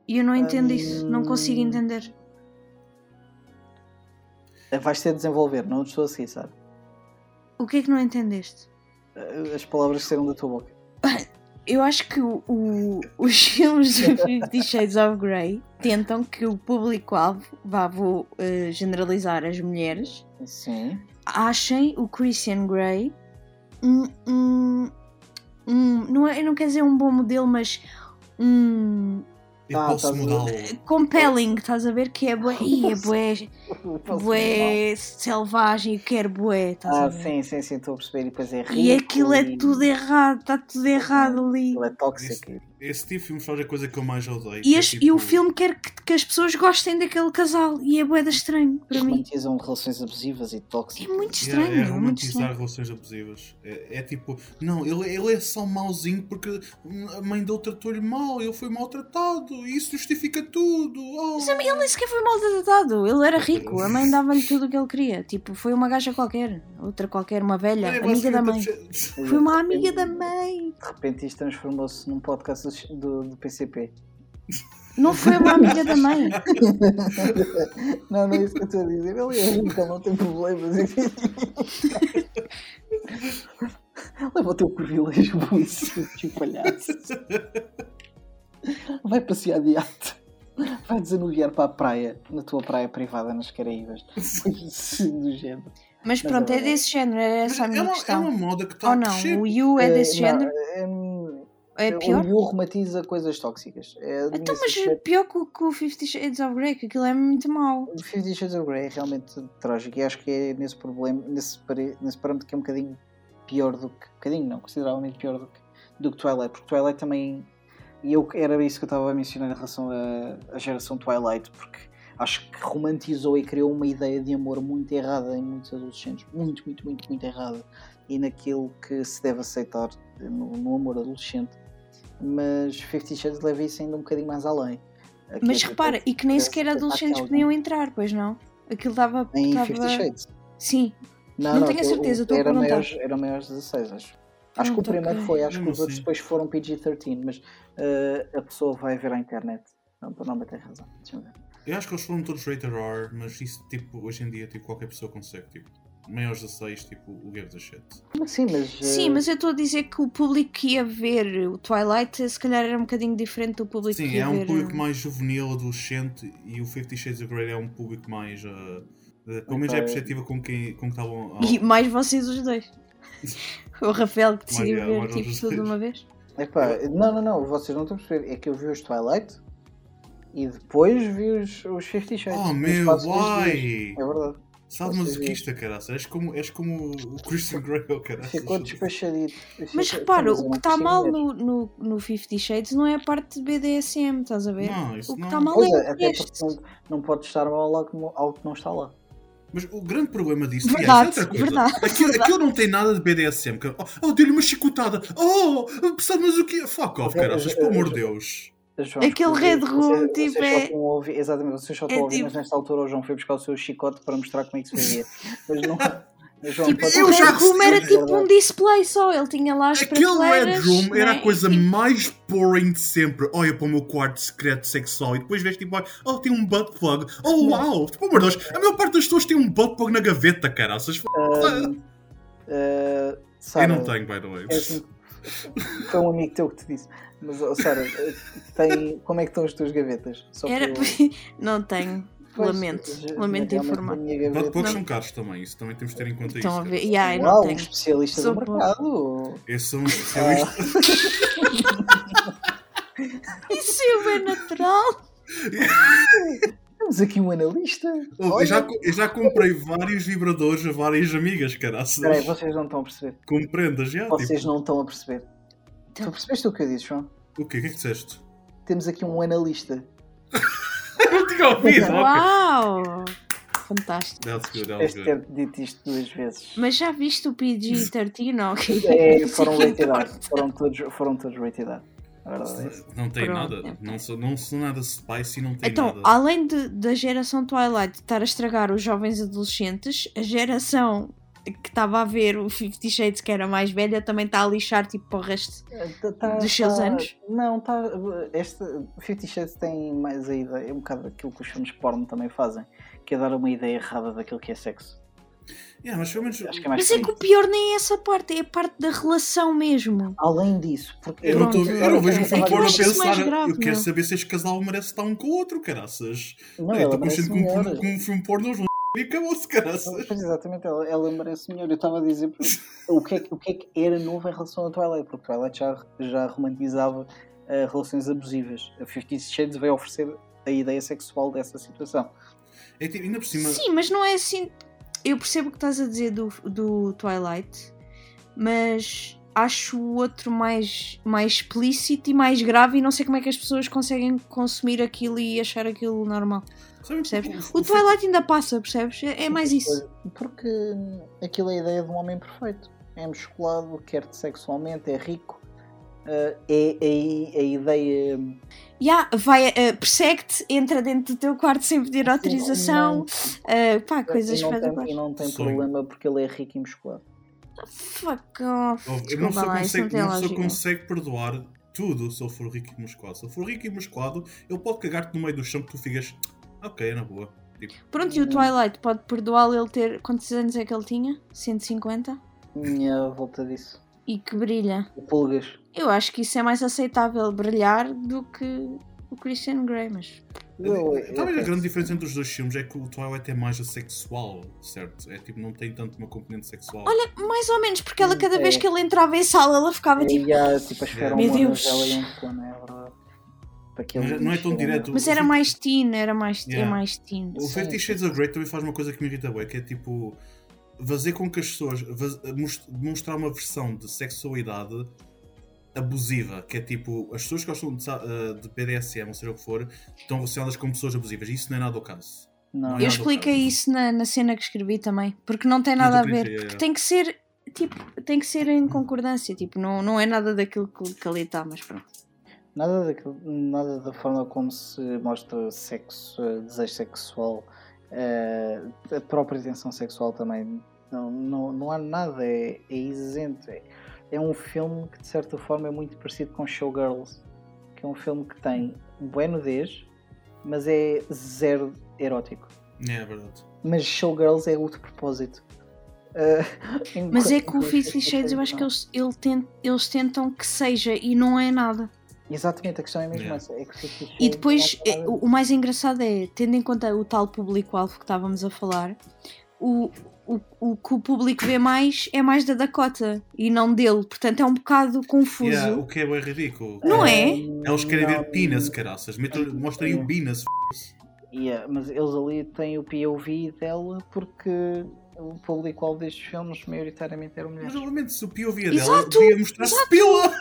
Speaker 2: E eu não entendo isso, não consigo
Speaker 1: Hum.
Speaker 2: entender.
Speaker 1: Eh, Vais ter de desenvolver, não te estou a seguir, sabe?
Speaker 2: O que é que não entendeste?
Speaker 1: Eh, As palavras saíram da tua boca.
Speaker 2: Eu acho que o- o- os filmes de Fifty Shades of Grey tentam que o público-alvo, vá, vou eh, generalizar as mulheres,
Speaker 1: Sim.
Speaker 2: achem o Christian Grey um. um, um- não é, eu não quero dizer um bom modelo, mas um.
Speaker 3: Eu
Speaker 1: Ah,
Speaker 3: posso
Speaker 1: estás a
Speaker 3: mudá-lo.
Speaker 2: compelling, estás a ver? Que é bué, ih, é bué, bué selvagem, eu quero bué, estás a
Speaker 1: Ah,
Speaker 2: ver?
Speaker 1: sim, sim, sim, estou a perceber. E depois é rico.
Speaker 2: E aquilo é
Speaker 1: e
Speaker 2: tudo errado, está tudo errado ali.
Speaker 1: Aquilo é tóxico.
Speaker 3: Esse tipo de filme faz a coisa que eu mais odeio. que
Speaker 2: E,
Speaker 3: é,
Speaker 2: as- e o
Speaker 3: tipo,
Speaker 2: filme quer que, que as pessoas gostem daquele casal e é boeda estranho para mim.
Speaker 1: Romantizam relações abusivas e
Speaker 2: É
Speaker 1: tóxicas.
Speaker 2: muito
Speaker 3: Yeah,
Speaker 2: estranho,
Speaker 3: é
Speaker 2: é muito estranho.
Speaker 3: romantizar relações abusivas. É, é tipo, não, ele, ele é só mauzinho porque a mãe dele tratou-lhe mal, ele foi maltratado, e isso justifica tudo. Oh.
Speaker 2: Mas a mim ele nem sequer foi maltratado, ele era rico, a mãe dava-lhe tudo o que ele queria. Tipo, foi uma gaja qualquer, outra qualquer, uma velha,
Speaker 3: É,
Speaker 2: amiga da mãe.
Speaker 3: basicamente a pessoa-
Speaker 2: Foi uma amiga da mãe.
Speaker 1: De repente isto transformou-se num podcast do, do PCP.
Speaker 2: Não foi uma amiga da mãe.
Speaker 1: não, não é isso que eu estou a dizer. Ele é rico, ele não tem problemas. Leva o teu privilégio buíssimo, palhaço. Vai passear de iate. Vai desanuviar para a praia, na tua praia privada nas Caraíbas. Sim, do género.
Speaker 2: Mas pronto, é desse género, era essa a
Speaker 3: Mas é,
Speaker 2: minha
Speaker 3: uma, é uma
Speaker 2: questão.
Speaker 3: moda que está
Speaker 2: Ou
Speaker 3: a crescer.
Speaker 2: não, o You é desse
Speaker 1: Eh, não,
Speaker 2: género,
Speaker 1: eh,
Speaker 2: é
Speaker 1: O
Speaker 2: pior.
Speaker 1: Yu romantiza coisas tóxicas. É,
Speaker 2: Então,
Speaker 1: nesse
Speaker 2: mas
Speaker 1: aspecto,
Speaker 2: pior que o- que o Fifty Shades of Grey, que aquilo é muito mau.
Speaker 1: o Fifty Shades of Grey é realmente trágico e acho que é nesse problema, nesse, pare- nesse parâmetro que é um bocadinho pior do que. Um bocadinho, não, consideravelmente pior do que, do que Twilight, porque Twilight também. E eu, era isso que eu estava a mencionar em relação à à geração Twilight, porque acho que romantizou e criou uma ideia de amor muito errada em muitos adolescentes. Muito, muito, muito, muito errada. E naquilo que se deve aceitar no, no amor adolescente. mas Fifty Shades leva isso ainda um bocadinho mais além. Aqui
Speaker 2: Mas
Speaker 1: é-
Speaker 2: repara, e que nem
Speaker 1: esse
Speaker 2: sequer
Speaker 1: ataque
Speaker 2: adolescentes
Speaker 1: alguém.
Speaker 2: podiam entrar, pois não? Aquilo dava.
Speaker 1: Em
Speaker 2: dava-
Speaker 1: Fifty Shades.
Speaker 2: Sim, Não tenho a
Speaker 1: aquilo-
Speaker 2: certeza, estou a
Speaker 1: era
Speaker 2: perguntar.
Speaker 1: maiores, Era maiores 16, acho. Acho que o
Speaker 2: Pronto,
Speaker 1: primeiro
Speaker 2: ok.
Speaker 1: foi, acho
Speaker 3: Eu
Speaker 1: que
Speaker 3: não
Speaker 1: os outros
Speaker 3: sei.
Speaker 1: depois foram PG-13, mas eh, a pessoa vai ver à internet. Não, para não bater razão. Deixa-me ver.
Speaker 3: Eu acho que eles foram todos rated R, mas isso, tipo, hoje em dia, tipo, qualquer pessoa consegue, tipo, maiores de 6, tipo, o gives a shit.
Speaker 1: Mas sim, mas. eh,
Speaker 2: sim, mas eu estou a dizer que o público que ia ver o Twilight se calhar era um bocadinho diferente do público que
Speaker 3: Sim,
Speaker 2: ia
Speaker 3: é um
Speaker 2: ver. eh,
Speaker 3: público mais juvenil, adolescente, e o Fifty Shades of Grey é um público mais, ah, ah, pelo menos é
Speaker 1: Ok.
Speaker 3: a perspectiva com quem com que estavam...
Speaker 2: E mais vocês os dois. O Rafael que decidiu
Speaker 3: Mais-
Speaker 2: ver
Speaker 3: mais
Speaker 2: tipo
Speaker 3: vocês
Speaker 2: tudo de
Speaker 3: dois.
Speaker 2: uma vez.
Speaker 1: Epá, não, não, não, vocês não estão a perceber. É que eu vi os Twilight e depois vi os, os Fifty Shades.
Speaker 3: Oh
Speaker 1: No
Speaker 3: meu,
Speaker 1: espaço de dois dias.
Speaker 3: why?
Speaker 1: É verdade.
Speaker 3: Sabe
Speaker 1: Vocês
Speaker 3: musiquista, caraças. És como, és como o Christian Grey, oh, caraças.
Speaker 1: Ficou despachadito.
Speaker 3: tá,
Speaker 2: Mas
Speaker 1: Fica-
Speaker 2: repara,
Speaker 3: é
Speaker 1: eu
Speaker 2: o que
Speaker 1: não
Speaker 2: está
Speaker 1: consigo
Speaker 2: mal
Speaker 1: ver.
Speaker 2: no, no, no Fifty Shades não é a parte de BDSM, estás a ver?
Speaker 3: Não, isso
Speaker 2: o que
Speaker 3: não-
Speaker 2: está mal
Speaker 1: Pois é,
Speaker 2: é o
Speaker 1: até porque
Speaker 2: teste.
Speaker 1: não, não pode estar mal lá como algo que não está lá.
Speaker 3: Mas o grande problema disso aliás,
Speaker 2: Verdade,
Speaker 3: é outra coisa.
Speaker 2: verdade,
Speaker 3: aquilo,
Speaker 2: verdade.
Speaker 3: aquilo não tem nada de BDSM. cara. Oh, oh dei-lhe uma chicotada. Oh, pessoal, mas o quê? Fuck off,
Speaker 1: Eu- eu-
Speaker 3: caraças,
Speaker 1: eu-
Speaker 3: pelo
Speaker 1: eu-
Speaker 3: amor de Deus.
Speaker 1: João,
Speaker 2: Aquele
Speaker 1: vocês-
Speaker 2: Red Room,
Speaker 1: vocês-
Speaker 2: tipo,
Speaker 1: vocês só
Speaker 2: é-
Speaker 1: estão a ouvir- exatamente, vocês só estão
Speaker 2: é
Speaker 1: a ouvir, mas
Speaker 2: tipo-
Speaker 1: nesta altura o João foi buscar o seu chicote para mostrar como é que se fazia. Mas não. mas, João,
Speaker 2: Tipo,
Speaker 1: pode-
Speaker 3: eu
Speaker 2: o
Speaker 3: já é
Speaker 2: Red Room era
Speaker 1: recebi-
Speaker 2: tipo um display só, ele tinha lá as
Speaker 3: Aquele Red
Speaker 2: prateleiras,
Speaker 3: Room era
Speaker 2: né?
Speaker 3: a coisa
Speaker 2: E-
Speaker 1: tipo-
Speaker 3: mais boring de sempre. Olha para o meu quarto secreto sexual e depois vês tipo, oh, tem um butt plug. Oh, uau. Tipo, pelo amor de Deus, a maior parte das pessoas tem um butt plug na gaveta, caraças.
Speaker 1: Ahm, ah,
Speaker 3: Eu
Speaker 1: Sara,
Speaker 3: não tenho, by the way.
Speaker 1: é assim, foi um amigo teu que te disse. Mas, oh, Sara, eh, tem, como é que estão as tuas gavetas? Só
Speaker 2: Era...
Speaker 1: para eu-
Speaker 2: não tenho,
Speaker 1: Pois,
Speaker 2: lamento,
Speaker 1: mas, mas
Speaker 2: lamento
Speaker 1: realmente
Speaker 2: informar.
Speaker 1: a minha
Speaker 3: Butt
Speaker 1: gaveta-
Speaker 3: plugs são caros também, isso também temos de ter em conta
Speaker 2: Estão a
Speaker 3: isso. caraças.
Speaker 2: ver, Então, e ai, não
Speaker 1: Uau, um
Speaker 2: tenho.
Speaker 1: especialista
Speaker 2: Sou
Speaker 1: do
Speaker 2: boa.
Speaker 1: mercado.
Speaker 3: Eu sou um
Speaker 1: Ah,
Speaker 3: especialista.
Speaker 2: Isso é bem natural.
Speaker 1: Temos aqui um analista.
Speaker 3: Eu já, co- eu já comprei vários vibradores a várias amigas, caraças.
Speaker 1: Espera aí, vocês não estão a perceber.
Speaker 3: Compreendas, já?
Speaker 1: Vocês
Speaker 3: Tipo,
Speaker 1: não estão a perceber.
Speaker 2: Então.
Speaker 1: Tu percebeste o que eu disse, João?
Speaker 3: o quê? O que é que disseste?
Speaker 1: Temos aqui um analista.
Speaker 3: Eu tinha ouvido, ok.
Speaker 2: Uau, fantástico.
Speaker 3: That's good, that's
Speaker 1: Este
Speaker 3: good.
Speaker 1: ter dito isto duas vezes.
Speaker 2: Mas já viste o PG-13 ou o que
Speaker 1: É, foram
Speaker 2: Sim,
Speaker 1: rated R. Foram todos, foram todos rated R. A verdade é essa.
Speaker 3: Não tem
Speaker 2: Pronto,
Speaker 3: nada,
Speaker 2: ok.
Speaker 3: não sou, não sou nada spicy, não tem
Speaker 2: Então,
Speaker 3: nada.
Speaker 2: além de- da geração Twilight estar a estragar os jovens adolescentes, a geração que estava a ver o Fifty Shades, que era mais velha, também está a lixar tipo para o resto
Speaker 1: Tá- tá-
Speaker 2: dos seus
Speaker 1: tá-
Speaker 2: anos.
Speaker 1: Não, tá, este Fifty Shades tem mais a ideia, é um bocado aquilo que os filmes porno também fazem, que é dar uma ideia errada daquilo que é sexo.
Speaker 3: Yeah, mas pelo menos.
Speaker 1: Acho que é mais
Speaker 2: Mas é que o pior nem é essa parte, é a parte da relação mesmo.
Speaker 1: Além disso, porque
Speaker 3: Eu não, tô,
Speaker 2: Pronto,
Speaker 3: eu não
Speaker 2: ok.
Speaker 3: vejo um
Speaker 1: É que eu
Speaker 3: filme porno a
Speaker 2: acho isso
Speaker 3: pensar.
Speaker 2: mais grave, é?
Speaker 3: eu quero
Speaker 2: meu.
Speaker 3: saber se este casal merece estar um com o outro, caraças.
Speaker 1: não,
Speaker 3: Não, eu
Speaker 1: ela
Speaker 3: estou
Speaker 1: é, merece
Speaker 3: consciente que um,
Speaker 1: melhor.
Speaker 3: filme- que um filme porno eles vão e acabou-se, caraças.
Speaker 1: Pois exatamente, ela, ela merece melhor. Eu estava a dizer porque o que, é, que- o que é que era novo em relação ao Twilight, porque Twilight já, já romantizava eh, relações abusivas. A Fifty Shades veio oferecer a ideia sexual dessa situação.
Speaker 3: É tipo, ainda por cima.
Speaker 2: Sim, mas não é assim. Eu percebo o que estás a dizer do, do Twilight, mas acho o outro mais, mais explícito e mais grave e não sei como é que as pessoas conseguem consumir aquilo e achar aquilo normal.
Speaker 3: sabe,
Speaker 2: Percebes?
Speaker 3: o- é
Speaker 2: O Twilight ainda passa, percebes? É, é mais isso.
Speaker 1: Porque aquilo é a ideia de um homem perfeito. É musculado, quer-te sexualmente, é rico. eh, é, é- é a ideia.
Speaker 2: Ya, vai, eh, persegue-te, entra dentro do teu quarto sem pedir autorização. eh, pá, coisas
Speaker 1: e não tem, e
Speaker 2: espetaculares.
Speaker 1: não tem
Speaker 3: Sonho.
Speaker 1: problema porque ele é rico e musculado.
Speaker 2: Fuck
Speaker 3: Ouve,
Speaker 2: off.
Speaker 3: Uma
Speaker 2: Desculpa
Speaker 3: pessoa
Speaker 2: lá, isso não
Speaker 3: consegue,
Speaker 2: tem
Speaker 3: uma pessoa
Speaker 2: lógica.
Speaker 3: consegue perdoar tudo se ele for rico e musculado. Se ele for rico e musculado, ele pode cagar-te no meio do chão que tu ficas, ok, é na boa.
Speaker 2: Pronto, e o Twilight pode perdoá-lo ele ter. Quantos anos é que ele tinha? 150?
Speaker 1: Minha volta disso.
Speaker 2: E que brilha.
Speaker 1: Pulgas.
Speaker 2: Eu acho que isso é mais aceitável brilhar do que o Christian Grey, mas.
Speaker 1: Eu- eu
Speaker 3: Então, Talvez a
Speaker 1: penso-
Speaker 3: grande diferença entre os dois filmes é que o Twilight é mais sexual, certo? É tipo, não tem tanto uma componente sexual.
Speaker 2: Olha, mais ou menos, porque ela
Speaker 1: Hum,
Speaker 2: cada
Speaker 1: é.
Speaker 2: vez que ele entrava em sala, ela ficava
Speaker 1: É,
Speaker 2: tipo.
Speaker 1: e há, tipo, as feromonas
Speaker 2: Deus.
Speaker 1: dela e um clone, é verdade. Para que
Speaker 3: Mas
Speaker 1: ele
Speaker 3: não é tão
Speaker 1: chegue,
Speaker 3: direto.
Speaker 2: Mas era
Speaker 3: o-
Speaker 2: mais teen, era mais, é
Speaker 3: Yeah.
Speaker 2: mais teen.
Speaker 3: O
Speaker 1: Sim.
Speaker 3: Fifty Shades of Grey também faz uma coisa que me irrita bem, que é tipo fazer com que as pessoas vaz- mos- mostrar uma versão de sexualidade abusiva, que é tipo as pessoas que gostam de, sa- eh, de BDSM ou seja o que for, estão relacionadas com pessoas abusivas. e Isso não é nada o caso.
Speaker 1: Não,
Speaker 3: Eu
Speaker 2: Eu
Speaker 3: Nada
Speaker 2: expliquei
Speaker 3: a ver.
Speaker 2: isso na, na cena que escrevi também, porque não tem
Speaker 3: Não
Speaker 2: nada a
Speaker 3: tem
Speaker 2: ver.
Speaker 3: crítica,
Speaker 2: porque
Speaker 3: é.
Speaker 2: tem que ser, tipo, tem que ser em concordância, tipo, não, não é nada daquilo que, que ali está, mas pronto.
Speaker 1: Nada, daquilo- nada da forma como se mostra sexo, eh, desejo sexual, eh, a própria tensão sexual também. Não, não, não há nada, é, é isento. É, é um filme que, de certa forma, é muito parecido com Showgirls, que é um filme que tem bué nudez, mas é zero erótico.
Speaker 3: É verdade.
Speaker 1: Mas Showgirls é outro propósito. Eh,
Speaker 2: Mas é
Speaker 1: enquanto
Speaker 2: que o Fifty Shades eu acho que eles, ele ten- eles tentam que seja e não é nada.
Speaker 1: Exatamente, a questão é mesmo
Speaker 3: Yeah.
Speaker 1: essa. É que Fifty
Speaker 2: E
Speaker 1: Shades
Speaker 2: depois
Speaker 1: não é nada
Speaker 2: eh, o o mais engraçado é, tendo em conta o tal público-alvo que estávamos a falar, o, o, o que o público vê mais é mais da Dakota e não dele. Portanto é um bocado confuso.
Speaker 3: Yeah, o que é bem ridículo.
Speaker 2: Não é?
Speaker 1: um
Speaker 3: Eles querem ver Pinas,
Speaker 1: Pinas
Speaker 3: caraças. Metam- Mostrem o Pinas.
Speaker 1: Yeah, mas eles ali têm o POV dela porque o público-alvo destes filmes maioritariamente eram
Speaker 3: Mas
Speaker 1: mulheres.
Speaker 3: obviamente se o POV é dela,
Speaker 2: Exato,
Speaker 3: devia mostrar-se pila.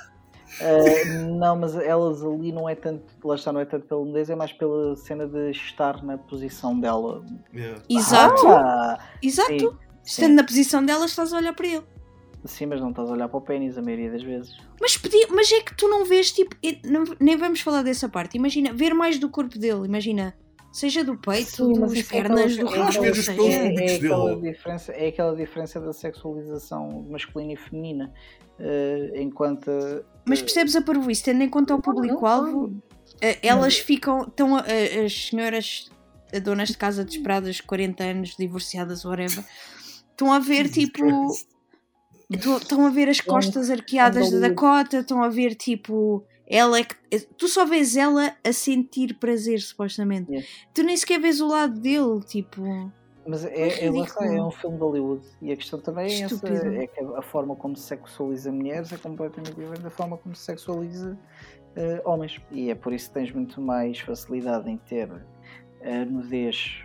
Speaker 1: Ah, não, mas elas ali não é tanto, lá está, não é tanto pela nudez, é mais pela cena de estar na posição dela.
Speaker 3: Yeah.
Speaker 2: Exato,
Speaker 1: Ah,
Speaker 2: exato.
Speaker 1: sim,
Speaker 2: Estando na posição dela, estás a olhar para ele.
Speaker 1: sim, mas não estás a olhar para o pênis a maioria das vezes.
Speaker 2: Mas, pedi- mas é que tu não vês, tipo, e- não- nem vamos falar dessa parte. Imagina, ver mais do corpo dele, imagina. Seja do peito,
Speaker 4: Sim, mas
Speaker 2: das
Speaker 4: isso é
Speaker 2: pernas, do
Speaker 4: aquela-
Speaker 3: Eu acho
Speaker 2: rabo,
Speaker 3: que é
Speaker 2: seja-
Speaker 3: dos pelos.
Speaker 1: é,
Speaker 3: públicos
Speaker 1: aquela
Speaker 3: dele.
Speaker 1: diferença, é aquela diferença da sexualização masculina e feminina. Ah, enquanto.
Speaker 3: Eh,
Speaker 2: Mas percebes a parvoíce, tendo em conta o público-alvo, eh, elas ficam, estão, eh, as senhoras eh, donas de casa desesperadas, 40 anos, divorciadas, whatever, estão a ver,
Speaker 3: Jesus
Speaker 2: tipo,
Speaker 3: Christ.
Speaker 2: Tu- Estão a ver as costas arqueadas da
Speaker 1: andaluz.
Speaker 2: Dakota, estão a ver tipo. Ela é que. Tu só vês ela a sentir prazer, supostamente.
Speaker 1: Yeah.
Speaker 2: Tu nem sequer vês o lado dele, tipo.
Speaker 1: Mas é, é, lá está,
Speaker 2: ridículo.
Speaker 1: é um filme de Hollywood e a questão também é essa,
Speaker 2: Estúpido.
Speaker 1: é que a forma como se sexualiza mulheres é completamente diferente da forma como se sexualiza eh, homens. E é por isso que tens muito mais facilidade em ter a nudez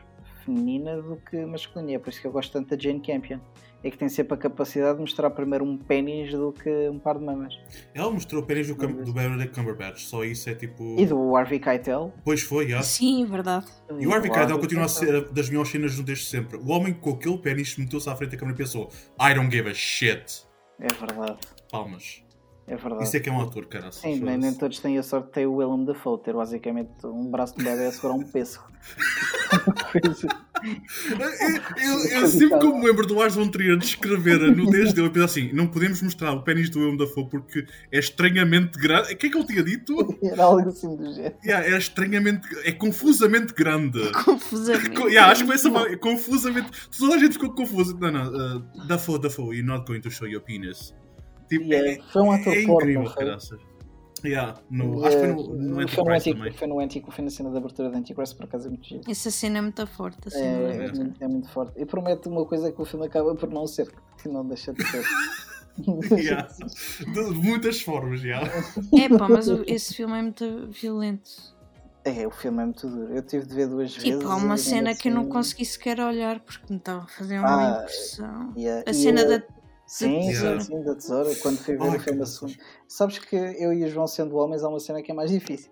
Speaker 1: feminina do que masculina. E é por isso que eu gosto tanto da Jane Campion. É que tem sempre a capacidade de mostrar primeiro um pênis do que um par de mamas.
Speaker 3: Ela mostrou o pênis do, Cam- do Benedict Cumberbatch. Só isso é tipo.
Speaker 1: E do Harvey Keitel.
Speaker 3: Pois foi, yeah.
Speaker 2: Sim, é verdade.
Speaker 3: E o Harvey Keitel continua a
Speaker 1: Então, Keitel.
Speaker 3: ser das melhores cenas de desde sempre. O homem com aquele pênis meteu-se à frente da câmera e pensou: I don't give a shit.
Speaker 1: É verdade,
Speaker 3: Palmas.
Speaker 1: é verdade.
Speaker 3: Isso é que é um ator, caraças.
Speaker 1: Sim, nem, nem todos têm a sorte de ter o Willem Dafoe, ter basicamente um braço de bebê a segurar um peso.
Speaker 3: Eu, eu- eu sempre que eu me lembro do Lars von Trier descrever a nudez dele, eu penso assim: não podemos mostrar o pênis do William Dafoe porque é estranhamente grande. O que é que ele tinha dito?
Speaker 1: Era algo assim do género.
Speaker 3: Yeah, é estranhamente. É confusamente grande.
Speaker 2: Confusamente.
Speaker 3: Co- yeah, acho que essa vai- é confusamente. Toda a gente ficou confusa. Não, não. Uh, Dafoe, Dafoe, you're not going to show your penis. Tipo,
Speaker 1: E é, foi um
Speaker 3: é,
Speaker 1: ator
Speaker 3: é
Speaker 1: porno.
Speaker 3: incrível,
Speaker 1: foi?
Speaker 3: caraças. Yeah, no,
Speaker 1: E,
Speaker 3: acho que
Speaker 1: eh,
Speaker 3: foi no, no
Speaker 1: foi no
Speaker 3: Enterprise também.
Speaker 1: Antico- foi no Antico, foi na cena de abertura do Antichrist, por acaso é muito giro.
Speaker 2: Essa cena é muito forte. Assim,
Speaker 1: É,
Speaker 3: é?
Speaker 1: é muito, é muito forte. E prometo uma coisa que o filme acaba por não ser, que não deixa de ser.
Speaker 3: Yeah. De muitas formas, yeah.
Speaker 2: é pá, mas o- esse filme é muito violento.
Speaker 1: É, o filme é muito duro. Eu tive de ver duas vezes.
Speaker 2: Tipo, há uma
Speaker 1: e
Speaker 2: cena
Speaker 1: ainda
Speaker 2: que eu não
Speaker 1: assim-
Speaker 2: consegui sequer olhar porque me estava a fazer uma
Speaker 1: Ah,
Speaker 2: impressão.
Speaker 1: Yeah, e
Speaker 2: A
Speaker 1: é-
Speaker 2: cena
Speaker 1: eu-
Speaker 2: da.
Speaker 1: Sim,
Speaker 3: Yeah.
Speaker 1: sim, sim, da tesoura. Quando fui ver
Speaker 3: Ai,
Speaker 1: o filme a
Speaker 3: Oh, caraças.
Speaker 1: segunda. Sabes que eu e o João, sendo homens, há uma cena que é mais difícil.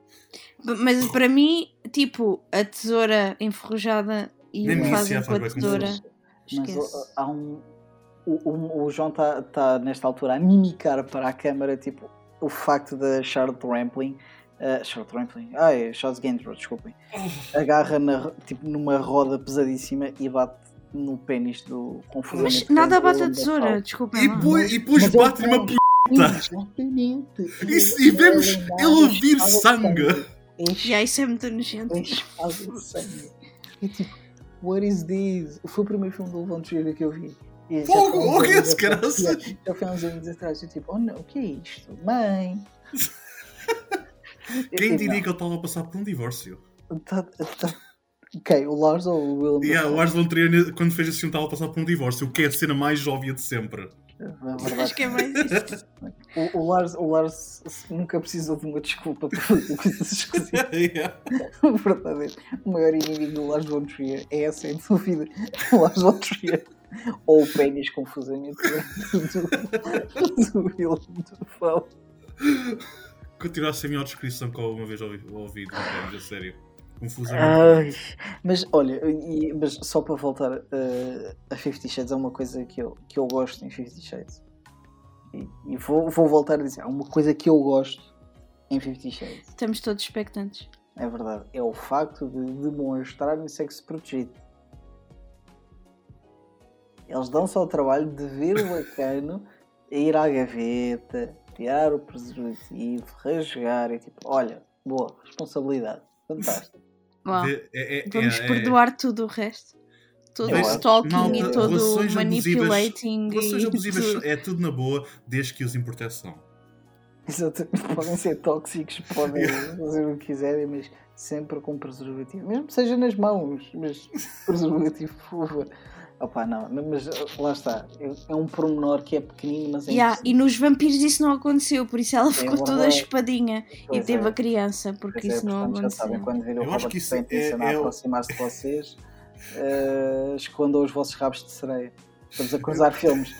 Speaker 2: Mas para mim, tipo, a tesoura enferrujada e
Speaker 3: Nem
Speaker 2: o que
Speaker 1: isso,
Speaker 2: fazem
Speaker 3: é,
Speaker 2: com a
Speaker 3: faz bem
Speaker 2: tesoura.
Speaker 1: Mas, mas
Speaker 2: Esquece.
Speaker 1: ó, há um. O, o- o João está tá, nesta altura a mimicar para a câmara tipo, o facto da Charlotte Rampling. ah, Charlotte Rampling. Ah, é Charles Gainsborough, desculpem. Agarra na- tipo, numa roda pesadíssima e bate no pênis do confuso.
Speaker 2: Mas nada bate a tesoura, desculpa.
Speaker 3: E,
Speaker 2: lá.
Speaker 3: pô, e depois
Speaker 1: Mas é um eu
Speaker 3: bate-lhe uma p.
Speaker 1: quero. é um Exatamente.
Speaker 3: Isso, e vemos ele ouvir sangue.
Speaker 1: Enche
Speaker 2: Já, isso é muito nojento.
Speaker 1: Eles fazem sangue. E tipo, what is this? Foi o primeiro filme do Von Trier que eu vi. E já
Speaker 3: Fogo!
Speaker 1: foi uns
Speaker 3: O que é
Speaker 1: anos é atrás.
Speaker 3: esse, caraças?
Speaker 1: Yeah, Já foi há uns anos atrás. Eu tipo, oh não, o que é isto? Mãe! Eu
Speaker 3: Quem
Speaker 1: tipo,
Speaker 3: diria que ele estava a passar por um divórcio?
Speaker 1: não, tá- tá- Ok, o Lars ou o Willem?
Speaker 3: Yeah, o Lars von Trier, quando fez esse filme, estava a passar por um divórcio, o que é a cena mais óbvia de sempre.
Speaker 1: Na
Speaker 2: Acho
Speaker 1: verdade,
Speaker 2: que é mais isso.
Speaker 1: o, o Lars, o Lars nunca precisou de uma desculpa para fazer coisas esquisitas.
Speaker 3: Yeah.
Speaker 1: O verdadeiro, o maior inimigo do Lars von Trier é, sem dúvida, o Lars von Trier. Ou o pênis, confusamente, do, do Willem Dafoe.
Speaker 3: Continua a ser a melhor descrição que eu alguma vez ouvi, ouvi do James, a é sério. Um Confusamente.
Speaker 1: Ai, mas olha, e- mas só para voltar eh, a Fifty Shades, há uma coisa que eu, que eu é gosto em Fifty Shades. E, e vou, vou voltar a dizer, há uma coisa que eu gosto em Fifty Shades.
Speaker 2: Estamos todos expectantes.
Speaker 1: É verdade. É o facto de demonstrarem sexo protegido. Eles dão-se ao trabalho de ver o bacano ir à gaveta, tirar o preservativo, rasgar e tipo, olha, boa, responsabilidade. Fantástico.
Speaker 2: Uau.
Speaker 3: De- é- é-
Speaker 2: Vamos
Speaker 3: é- é-
Speaker 2: perdoar tudo o resto. Todo o
Speaker 1: Vejo-
Speaker 2: stalking
Speaker 1: malta,
Speaker 2: e todo
Speaker 3: relações
Speaker 2: o
Speaker 3: abusivas-
Speaker 2: manipulating
Speaker 3: Relações
Speaker 2: e
Speaker 3: abusivas
Speaker 2: tudo.
Speaker 3: é tudo na boa, desde que usem proteção.
Speaker 1: Exatamente. Podem ser tóxicos, podem fazer o que quiserem, mas sempre com preservativo. Mesmo que seja nas mãos, mas preservativo, por favor. Opa, não, mas ah, lá está. É- É um pormenor que é pequenino, mas é
Speaker 2: Yeah,
Speaker 1: importante.
Speaker 2: e nos vampiros isso não aconteceu, por isso ela ficou toda
Speaker 1: verdade.
Speaker 2: espadinha e
Speaker 1: Pois
Speaker 2: teve
Speaker 1: é.
Speaker 2: a criança, porque
Speaker 1: Pois é,
Speaker 2: isso não
Speaker 1: portanto, já sabem,
Speaker 2: aconteceu.
Speaker 1: quando virem o
Speaker 3: Eu acho
Speaker 1: Robert
Speaker 3: que isso
Speaker 1: Pattinson
Speaker 3: é- é
Speaker 1: a
Speaker 3: o-
Speaker 1: aproximar-se de vocês, eh, escondam os vossos rabos de sereia. Estamos a cruzar filmes.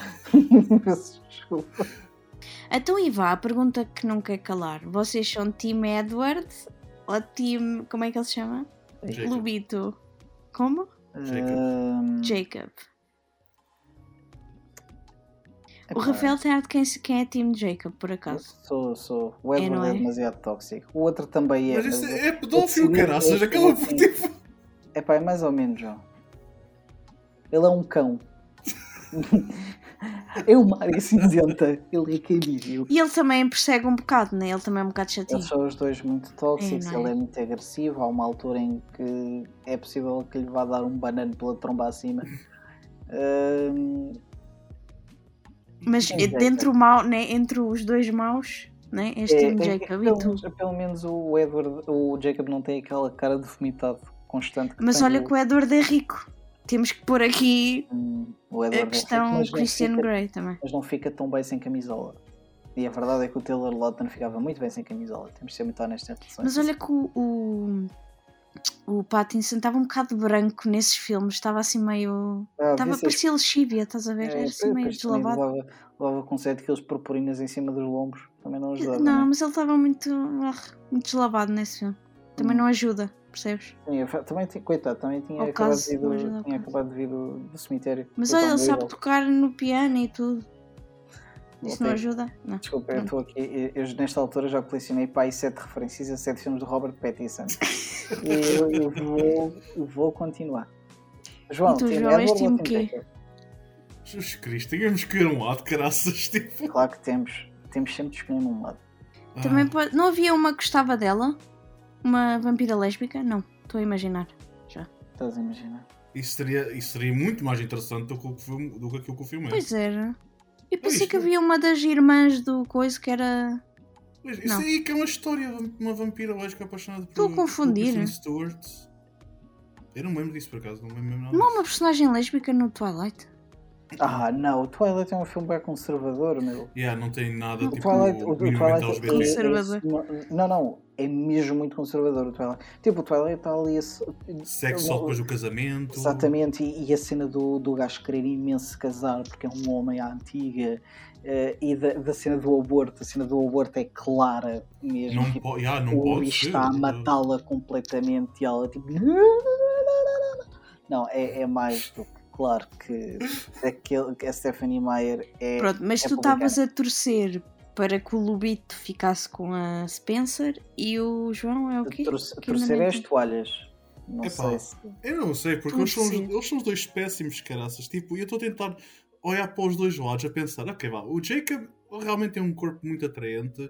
Speaker 1: Peço desculpa. é.
Speaker 2: Então, e vá, a pergunta que não quer calar: vocês são Team Edward ou Team. Como é que ele se chama?
Speaker 3: Jacob.
Speaker 2: Lubito. Como?
Speaker 3: Jacob.
Speaker 1: Ehm,
Speaker 2: Jacob. O
Speaker 1: epá,
Speaker 2: Rafael tem ar de quem, se- quem é Team Jacob, por acaso.
Speaker 1: Sou, sou. O
Speaker 2: É, não
Speaker 1: Edward é,
Speaker 2: é?
Speaker 1: demasiado tóxico. O outro também é.
Speaker 3: Mas
Speaker 1: Mas
Speaker 3: isso é
Speaker 1: o
Speaker 3: pedófilo, caraças. tipo-
Speaker 1: senhor-
Speaker 3: Acaba por ter.
Speaker 1: é pá, assim. é mais ou menos, João. Ele é um cão. é uma área cinzenta. Ele é carível.
Speaker 2: E ele também persegue um bocado, né? Ele também é um bocado chatinho.
Speaker 1: Eles são os dois muito tóxicos,
Speaker 2: É, não é?
Speaker 1: ele é muito agressivo, há uma altura em que é possível que lhe vá dar um banano pela tromba acima. Hum,
Speaker 2: Mas
Speaker 1: Sim,
Speaker 2: eh,
Speaker 1: Jacob.
Speaker 2: dentro o mau, né? entre os dois maus, né? és
Speaker 1: é-
Speaker 2: Team
Speaker 1: é-
Speaker 2: Jacob e
Speaker 1: pelo,
Speaker 2: tu.
Speaker 1: menos, pelo menos o Edward, o Jacob não tem aquela cara de vomitado constante que
Speaker 2: Mas
Speaker 1: tem
Speaker 2: olha
Speaker 1: o,
Speaker 2: que o Edward é rico. Temos que pôr aqui
Speaker 1: hum, o Edward.
Speaker 2: a
Speaker 1: é rico,
Speaker 2: questão
Speaker 1: mas não
Speaker 2: Christian
Speaker 1: fica-
Speaker 2: Grey também.
Speaker 1: Mas não fica tão bem sem camisola. E a verdade é que o Taylor Lautner ficava muito bem sem camisola, temos de ser muito honestos em relação a
Speaker 2: Mas
Speaker 1: isso.
Speaker 2: olha que o, o, o Pattinson estava um bocado branco nesses filmes, estava assim meio.
Speaker 1: Ah, é,
Speaker 2: Estava,
Speaker 1: Vincent
Speaker 2: parecia lexívia, estás a ver? Era assim meio
Speaker 1: Cristiano
Speaker 2: deslavado.
Speaker 1: Levava, levava com 7 quilos de purpurinas em cima dos lombos. Também não ajudava.
Speaker 2: Não,
Speaker 1: né?
Speaker 2: mas ele estava muito, ah, muito deslavado nesse filme. Também
Speaker 1: Hum.
Speaker 2: não ajuda, percebes?
Speaker 1: Sim, eu fa- também tinha, coitado, também tinha,
Speaker 2: Ao
Speaker 1: acabado,
Speaker 2: caso,
Speaker 1: de vir
Speaker 2: não ajuda
Speaker 1: do,
Speaker 2: ao
Speaker 1: tinha
Speaker 2: caso.
Speaker 1: acabado de vir do, do cemitério.
Speaker 2: Mas
Speaker 1: Do
Speaker 2: olha,
Speaker 1: Tom
Speaker 2: ele tá sabe
Speaker 1: Riddle.
Speaker 2: tocar no piano e tudo. Isso
Speaker 1: Ok.
Speaker 2: não ajuda? Não.
Speaker 1: Desculpa, eu estou aqui. Eu, eu, nesta altura já colecionei para aí 7 referências a 7 filmes do Robert Pattinson. e eu, eu vou, eu vou continuar. João, é
Speaker 2: E tu,
Speaker 1: Tim
Speaker 2: João,
Speaker 1: Edward
Speaker 2: és
Speaker 1: ou
Speaker 2: time
Speaker 1: Tim
Speaker 2: quê?
Speaker 1: Jacob?
Speaker 3: Jesus Cristo, tínhamos que ir a um lado, caraças. Tipo.
Speaker 1: Claro que temos. Temos sempre de escolher num lado.
Speaker 2: Também
Speaker 3: Ah,
Speaker 2: pode... Não havia uma que gostava dela? Uma vampira lésbica? Não, estou a imaginar.
Speaker 1: Estás a imaginar?
Speaker 3: Ah, isso, seria, isso seria muito mais interessante do que, o filme, do que aquilo que o filme é.
Speaker 2: Pois era. E pensei
Speaker 3: isto
Speaker 2: que
Speaker 3: é-
Speaker 2: havia uma das irmãs do coisa que era.
Speaker 3: Mas isso
Speaker 2: Não.
Speaker 3: aí que é uma história, uma vampira lógica apaixonada por.
Speaker 2: Estou a confundir.
Speaker 3: por
Speaker 2: né?
Speaker 3: Kristen Stewart. Eu não me lembro disso por acaso, não me lembro nada.
Speaker 2: Não há
Speaker 3: disso.
Speaker 2: uma personagem lésbica no Twilight?
Speaker 1: Ah, não. O Twilight é um filme bem conservador, meu.
Speaker 3: Yeah, não tem nada
Speaker 1: O
Speaker 3: tipo
Speaker 1: Twilight, o, o
Speaker 3: minimamente
Speaker 1: Twilight é,
Speaker 3: LGBT.
Speaker 2: Conservador.
Speaker 1: é- não, não, é mesmo muito conservador o Twilight. Tipo, o Twilight está ali a, se-
Speaker 3: Sexo só depois do casamento.
Speaker 1: Exatamente, e, e a cena do, do gajo querer imenso casar porque é um homem à antiga eh, e da, da cena do aborto, a cena do aborto é clara mesmo.
Speaker 3: Não,
Speaker 1: tipo,
Speaker 3: po yeah, não
Speaker 1: o
Speaker 3: pode
Speaker 1: bicho
Speaker 3: ser. tipo,
Speaker 1: está a matá-la completamente e ela tipo. "Não, não, não, não, não, não." Não, é, é mais do que claro que, aquele, que a Stephanie Meyer é.
Speaker 2: Pronto, mas
Speaker 1: é
Speaker 2: tu
Speaker 1: publicana.
Speaker 2: estavas a torcer para que o Lubito ficasse com a Spencer e o João é o quê?
Speaker 1: Torce-
Speaker 2: Que ainda
Speaker 1: Torcer
Speaker 2: nem
Speaker 1: é as
Speaker 2: tem.
Speaker 1: toalhas. Não
Speaker 3: Epá.
Speaker 1: sei se.
Speaker 3: Eu não sei, porque
Speaker 2: Por
Speaker 3: eles são, os-
Speaker 2: ser.
Speaker 3: eles são os dois péssimos caraças. Tipo, e eu estou a tentar olhar para os dois lados a pensar, ok, vá, o Jacob realmente tem um corpo muito atraente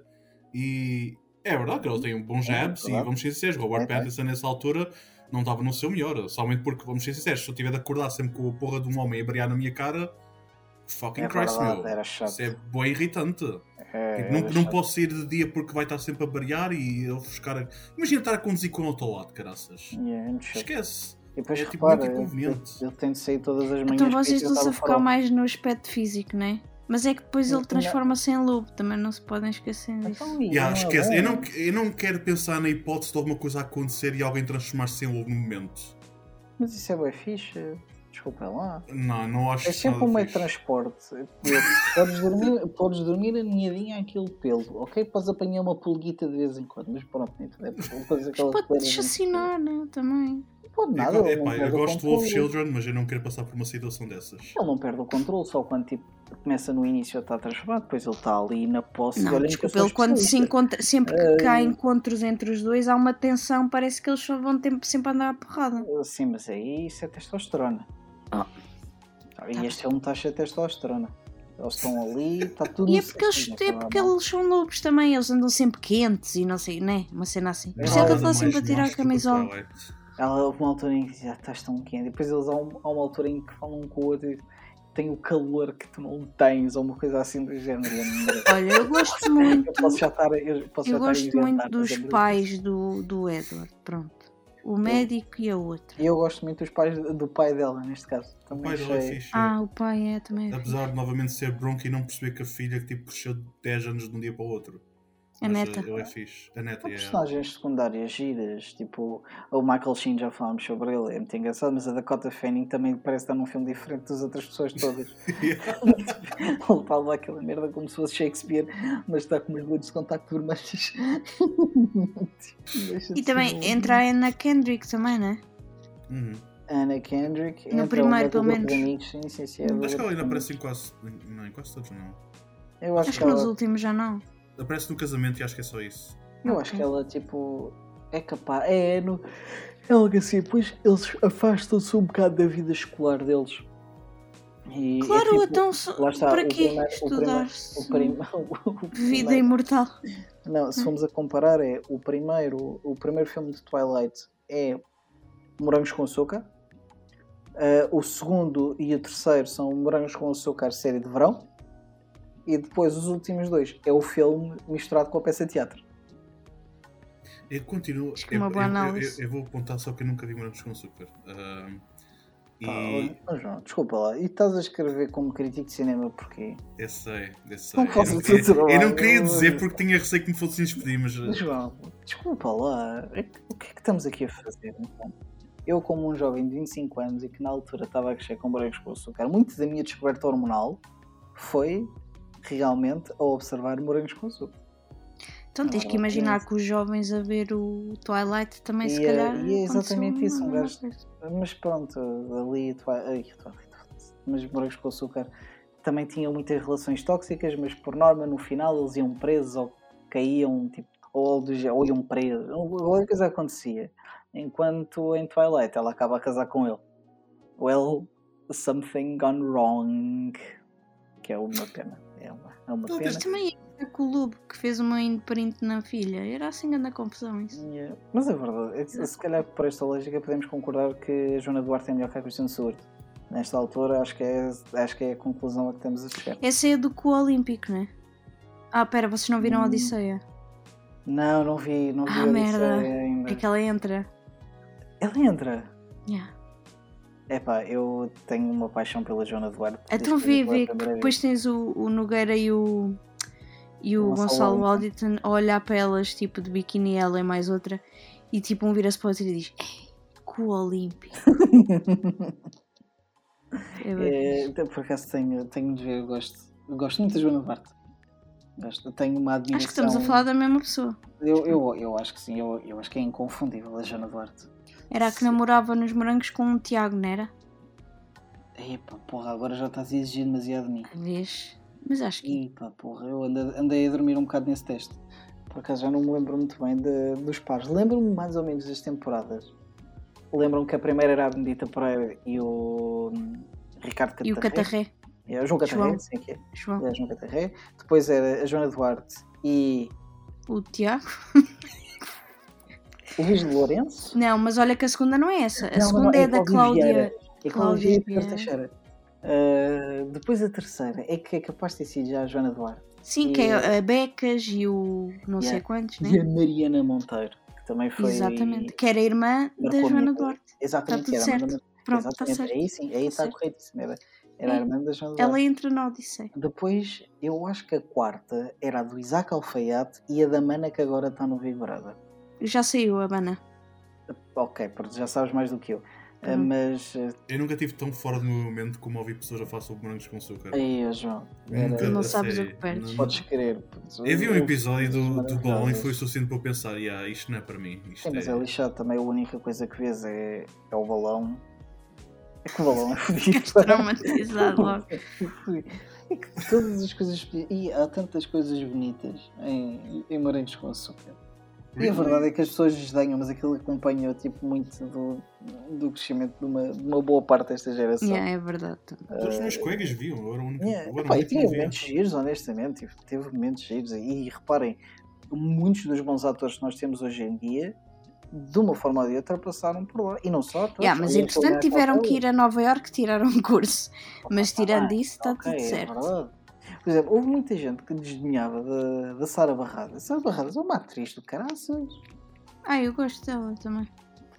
Speaker 3: e é verdade que ele tem um bom jabs e
Speaker 1: É verdade.
Speaker 3: vamos ser sinceros, Robert
Speaker 1: É, é.
Speaker 3: Pattinson nessa altura não estava no seu melhor, somente porque, vamos ser sinceros, se eu tiver de acordar sempre com a porra de um homem a brilhar na minha cara, fucking
Speaker 1: É
Speaker 3: Christ,
Speaker 1: verdade,
Speaker 3: meu.
Speaker 1: era chato.
Speaker 3: Isso é bem irritante.
Speaker 1: É,
Speaker 3: Tipo,
Speaker 1: era
Speaker 3: não, não
Speaker 1: chato.
Speaker 3: posso sair de dia porque vai estar sempre a variar e eu buscar. A... Imagina estar a conduzir com o autolado, caraças.
Speaker 1: Yeah, é muito chato.
Speaker 3: Esquece.
Speaker 1: E depois
Speaker 3: é, tipo,
Speaker 1: repara,
Speaker 3: muito
Speaker 1: eu-
Speaker 3: inconveniente.
Speaker 1: eu, eu tenho de sair todas as manhãs.
Speaker 2: Então
Speaker 1: para ir
Speaker 2: vocês
Speaker 1: tentar
Speaker 2: estão-se
Speaker 1: o
Speaker 2: a focar
Speaker 1: farol.
Speaker 2: mais no aspecto físico, não é? Mas é que depois
Speaker 1: Não,
Speaker 2: ele transforma-se em lobo, também não se podem esquecer disso.
Speaker 1: Então, e
Speaker 3: Yeah,
Speaker 1: não é
Speaker 3: esquece.
Speaker 1: bom.
Speaker 3: Eu não, eu não quero pensar na hipótese de alguma coisa acontecer e alguém transformar-se em lobo no momento.
Speaker 1: Mas isso é bem fixe. Desculpa lá.
Speaker 3: Não, não acho
Speaker 1: É sempre
Speaker 3: nada
Speaker 1: um meio de
Speaker 3: fixe.
Speaker 1: transporte. Podes dormir, podes dormir aninhadinho àquele pelo, ok? Podes apanhar uma pulguita de vez em quando, mas pronto, nem tudo é Podes
Speaker 2: Mas pode-te chacinar,
Speaker 1: assim.
Speaker 2: né? Também.
Speaker 1: Não é? pode nada.
Speaker 3: Eu,
Speaker 1: ele não
Speaker 3: epá, eu
Speaker 1: perde o
Speaker 3: gosto de Love
Speaker 1: controle.
Speaker 3: Children, mas eu não quero passar por uma situação dessas.
Speaker 1: Ele não perde o controle só quando tipo, começa no início a estar transformado, depois ele está ali na posse.
Speaker 2: Não,
Speaker 1: olha,
Speaker 2: desculpa,
Speaker 1: nunca
Speaker 2: ele quando
Speaker 1: faz
Speaker 2: se
Speaker 1: isso.
Speaker 2: encontra, sempre que há encontros entre os dois, há uma tensão, parece que eles só vão tempo, sempre andar à porrada.
Speaker 1: Sim, mas aí isso é testosterona.
Speaker 2: Ah.
Speaker 1: E
Speaker 2: Tá.
Speaker 1: este é um taxa de testosterona. Eles estão ali, está tudo
Speaker 2: E é
Speaker 1: no
Speaker 2: porque, eles,
Speaker 1: certinho,
Speaker 2: é
Speaker 1: tá
Speaker 2: porque
Speaker 1: bom.
Speaker 2: eles são lobos também, eles andam sempre quentes e não sei, né? Uma cena assim. Por
Speaker 1: Mas
Speaker 2: isso é que
Speaker 1: ela
Speaker 2: ele está
Speaker 1: anda
Speaker 2: sempre a tirar a camisola.
Speaker 3: é.
Speaker 1: Ela, houve uma altura em que diz, ah, estás tão quente. E depois eles há, um- há uma altura em que falam um com o outro e tem o calor que tu não tens, ou uma coisa assim do género. E eu não me-
Speaker 2: Olha, eu gosto muito.
Speaker 1: Eu posso já estar, eu posso já estar a
Speaker 2: Eu gosto
Speaker 1: inventar,
Speaker 2: muito
Speaker 1: mas é
Speaker 2: dos
Speaker 1: muito
Speaker 2: pais do, do Edward, pronto. O médico e a outra.
Speaker 1: E eu gosto muito dos pais do pai dela, neste caso.
Speaker 3: O
Speaker 1: Também
Speaker 3: pai dela é
Speaker 1: achei.
Speaker 3: fixe.
Speaker 2: Ah, o pai é também. é fixe.
Speaker 3: Apesar de novamente ser bronca e não perceber que a filha que tipo, cresceu de 10 anos de um dia para o outro.
Speaker 2: A
Speaker 3: Mas,
Speaker 2: neta.
Speaker 3: eh, Ele é fixe. A neta,
Speaker 1: Há
Speaker 3: é.
Speaker 1: personagens secundárias giras, tipo o Michael Sheen, já falámos sobre ele, é muito engraçado, mas a Dakota Fanning também parece estar num filme diferente das outras pessoas todas. Ele fala aquela merda como se fosse Shakespeare, mas está com umas luzes de contacto vermelhas. assim.
Speaker 2: E também entra a Anna Kendrick também, né?
Speaker 3: Uhum.
Speaker 1: Ana Kendrick.
Speaker 2: No
Speaker 1: entra
Speaker 2: primeiro,
Speaker 1: outra
Speaker 2: pelo
Speaker 1: grupo
Speaker 2: menos.
Speaker 1: de amigos, Sim, sim, sim, é
Speaker 3: Acho que
Speaker 1: verdade.
Speaker 3: ela ainda aparece em quase. Não, em quase todos não.
Speaker 1: Eu acho,
Speaker 2: Acho
Speaker 1: que
Speaker 2: que nos
Speaker 1: ela,
Speaker 2: últimos já não.
Speaker 3: Aparece no casamento e acho que é só isso.
Speaker 1: eu acho que ela, tipo, é capaz. É, é no. É algo assim, pois eles afastam-se um bocado da vida escolar deles. E é
Speaker 2: Claro,
Speaker 1: tipo-
Speaker 2: então so-
Speaker 1: lá está,
Speaker 2: para
Speaker 1: o
Speaker 2: quê
Speaker 1: primeiro- o
Speaker 2: estudar
Speaker 1: O primeiro. o
Speaker 2: vida
Speaker 1: primeiro-
Speaker 2: imortal?
Speaker 1: Não, se formos a comparar, é o primeiro, o primeiro filme de Twilight é Morangos com Açúcar. Ah, o segundo e o terceiro são Morangos com Açúcar, série de verão. E depois os últimos dois é o filme misturado com a peça de teatro.
Speaker 3: Eu continuo.
Speaker 2: Acho que é
Speaker 3: Eu,
Speaker 2: uma boa
Speaker 3: eu- eu-
Speaker 2: análise.
Speaker 3: eu- eu vou apontar só que eu nunca vi morangos com açúcar. Ahm,
Speaker 1: Pá,
Speaker 3: e.
Speaker 1: oh, João, desculpa lá. E estás a escrever como crítico de cinema porquê?
Speaker 3: Eu sei, eu sei.
Speaker 1: Não
Speaker 3: Eu
Speaker 1: faças
Speaker 3: não
Speaker 1: o
Speaker 3: queria-
Speaker 1: teu trabalho.
Speaker 3: eu não queria dizer porque tinha receio que me fossem despedir, mas. eh,
Speaker 1: João, desculpa lá, é que- o que é que estamos aqui a fazer? então? Eu, como um jovem de 25 anos e que na altura estava a crescer com brancos com açúcar, muito da minha descoberta hormonal foi realmente ao observar morangos com açúcar.
Speaker 2: Então tens que imaginar que os jovens a ver o Twilight também se
Speaker 1: Ah, E é-
Speaker 2: calhar.
Speaker 1: e é
Speaker 2: aconteceu
Speaker 1: exatamente isso, um
Speaker 2: alguma
Speaker 1: gajo-
Speaker 2: coisa.
Speaker 1: Mas pronto, ali, tu, ai, tu, ai, tu- mas morangos com açúcar também tinham muitas relações tóxicas, mas por norma no final eles iam presos ou caíam, tipo, ou, algo do gé- ou iam presos, ou qualquer coisa acontecia. Enquanto em Twilight ela acaba a casar com ele. Well, something gone wrong. Que é uma pena. É uma, é uma
Speaker 3: Talvez
Speaker 1: pena.
Speaker 2: Mas também é com o Lobo que fez uma imprint na filha. Era assim grande a confusão isso.
Speaker 1: Yeah. Mas é verdade, é que se- se calhar por esta lógica podemos concordar que a Joana Duarte é melhor que a Cristiano Surto. Nesta altura acho que, é, acho que é a conclusão a que estamos a chegar.
Speaker 2: Essa é do Co Olímpico, né? Ah, pera, vocês não viram a
Speaker 1: Hum.
Speaker 2: Odisseia?
Speaker 1: Não, não vi, não vi
Speaker 2: Ah,
Speaker 1: a
Speaker 2: merda.
Speaker 1: Odisseia ainda.
Speaker 2: É que ela entra.
Speaker 1: Ele entra.
Speaker 2: Yeah.
Speaker 1: Epá, eu tenho uma paixão pela Joana Duarte.
Speaker 2: Então
Speaker 1: Desde que
Speaker 2: vê,
Speaker 1: eu vi
Speaker 2: vê,
Speaker 1: pela
Speaker 2: que
Speaker 1: primeira
Speaker 2: depois tens o, o Nogueira e o, e o
Speaker 1: O Gonçalo
Speaker 2: Gonçalo Auditon a olhar para elas, tipo de biquíni, ela e mais outra, e tipo um vira-se para o outro e diz: Ei, com o Olímpico. É
Speaker 1: vez.
Speaker 2: bem
Speaker 1: É, então, por acaso tenho, tenho de ver, eu gosto. eu Gosto muito da Joana Duarte. Gosto, tenho uma admiração.
Speaker 2: Acho que estamos a falar da mesma pessoa.
Speaker 1: Eu, eu, eu acho que sim, eu, eu acho que é inconfundível a Joana Duarte.
Speaker 2: Era a que namorava nos morangos com o Tiago, não era?
Speaker 1: Epá, porra, agora já estás a exigir demasiado de mim.
Speaker 2: Vês? Mas acho que.
Speaker 1: Epa, porra, eu ande- andei, a dormir um bocado nesse teste. Por acaso já não me lembro muito bem de- dos pares. Lembro-me mais ou menos das temporadas. Lembro-me que a primeira era a Benedita Pereira e o hum, Ricardo Catarré.
Speaker 2: E o Catarré,
Speaker 1: É, o João Catarré,
Speaker 2: João.
Speaker 1: sim, que é.
Speaker 2: João.
Speaker 1: É, João Catarré. Depois era a Joana Duarte e
Speaker 2: O Tiago.
Speaker 1: o Luís de Lourenço.
Speaker 2: Não, mas olha que a segunda não é essa. A
Speaker 1: Não,
Speaker 2: segunda
Speaker 1: não,
Speaker 2: é,
Speaker 1: é
Speaker 2: da
Speaker 1: Cláudio Vieira.
Speaker 2: Cláudia.
Speaker 1: E com o
Speaker 2: Cláudia
Speaker 1: Luís Pedro
Speaker 2: Vieira.
Speaker 1: Teixeira. Ah, depois a terceira é que é capaz de ter sido já a Joana Duarte.
Speaker 2: Sim, que é a Becas e o não sei
Speaker 1: Yeah.
Speaker 2: quantos, né?
Speaker 1: E a Mariana Monteiro, que também foi.
Speaker 2: Exatamente. Que era irmã da
Speaker 1: Marcou a
Speaker 2: Joana
Speaker 1: minha
Speaker 2: Duarte.
Speaker 1: Exatamente,
Speaker 2: Tá tudo
Speaker 1: era
Speaker 2: certo.
Speaker 1: Mariana
Speaker 2: Pronto, está
Speaker 1: Exatamente, é
Speaker 2: certo.
Speaker 1: Aí sim, aí
Speaker 2: Tá
Speaker 1: está
Speaker 2: certo.
Speaker 1: corretíssimo. Era, era a
Speaker 2: Sim.
Speaker 1: irmã da Joana Duarte.
Speaker 2: Ela entra na Odisseia.
Speaker 1: Depois, eu acho que a quarta era a do Isaac Alfaiate e a da Mana que agora está no Vigorada.
Speaker 2: Já saiu a Bana.
Speaker 1: Ok, porque já sabes mais do que eu. Ah,
Speaker 2: Uhum.
Speaker 1: Mas, ah,
Speaker 3: Eu nunca estive tão fora do meu momento como ouvi pessoas a falar sobre morangos com açúcar.
Speaker 1: aí, ó, João,
Speaker 3: Nunca,
Speaker 1: era,
Speaker 2: Não
Speaker 3: a
Speaker 2: sabes
Speaker 3: sério.
Speaker 2: o que perdes.
Speaker 3: Não-
Speaker 1: podes querer. putz,
Speaker 3: Então, Eu vi um
Speaker 1: eu-
Speaker 3: episódio do, do balão e
Speaker 1: maravilhosas.
Speaker 3: foi o suficiente para eu pensar, yeah, isto não é para mim. Isto
Speaker 1: Sim, mas é
Speaker 3: é-
Speaker 1: lixado também. A única coisa que vês é, é o balão. Que balão é fodido.
Speaker 2: Ficaste traumatizado logo.
Speaker 1: É que todas as coisas. E há tantas coisas bonitas em, em Morangos com Açúcar. E a verdade é que as pessoas desdenham, mas aquilo acompanhou tipo, muito do, do crescimento de uma, de uma boa parte desta geração. Ah,
Speaker 2: Yeah, é verdade.
Speaker 3: Todos os meus colegas viam, eu era o único.
Speaker 1: Yeah.
Speaker 3: eu era o
Speaker 1: É. Epá, e
Speaker 3: único que
Speaker 1: tinha
Speaker 3: não via.
Speaker 1: momentos giros, honestamente. Teve, teve momentos giros. E reparem, muitos dos bons atores que nós temos hoje em dia, de uma forma ou de outra, passaram por lá. E não só. Todos,
Speaker 2: Yeah, mas
Speaker 1: Alguns
Speaker 2: entretanto
Speaker 1: trabalharam com
Speaker 2: tiveram que
Speaker 1: atores.
Speaker 2: ir a Nova Iorque tirar um curso. Mas
Speaker 1: Tá
Speaker 2: tirando
Speaker 1: bem,
Speaker 2: isso, está
Speaker 1: ok,
Speaker 2: tudo
Speaker 1: é
Speaker 2: certo.
Speaker 1: verdade. Por exemplo, houve muita gente que desdenhava da, da Sara Barradas. Sara Barradas é uma atriz do caraças.
Speaker 2: Ah, eu gosto dela também.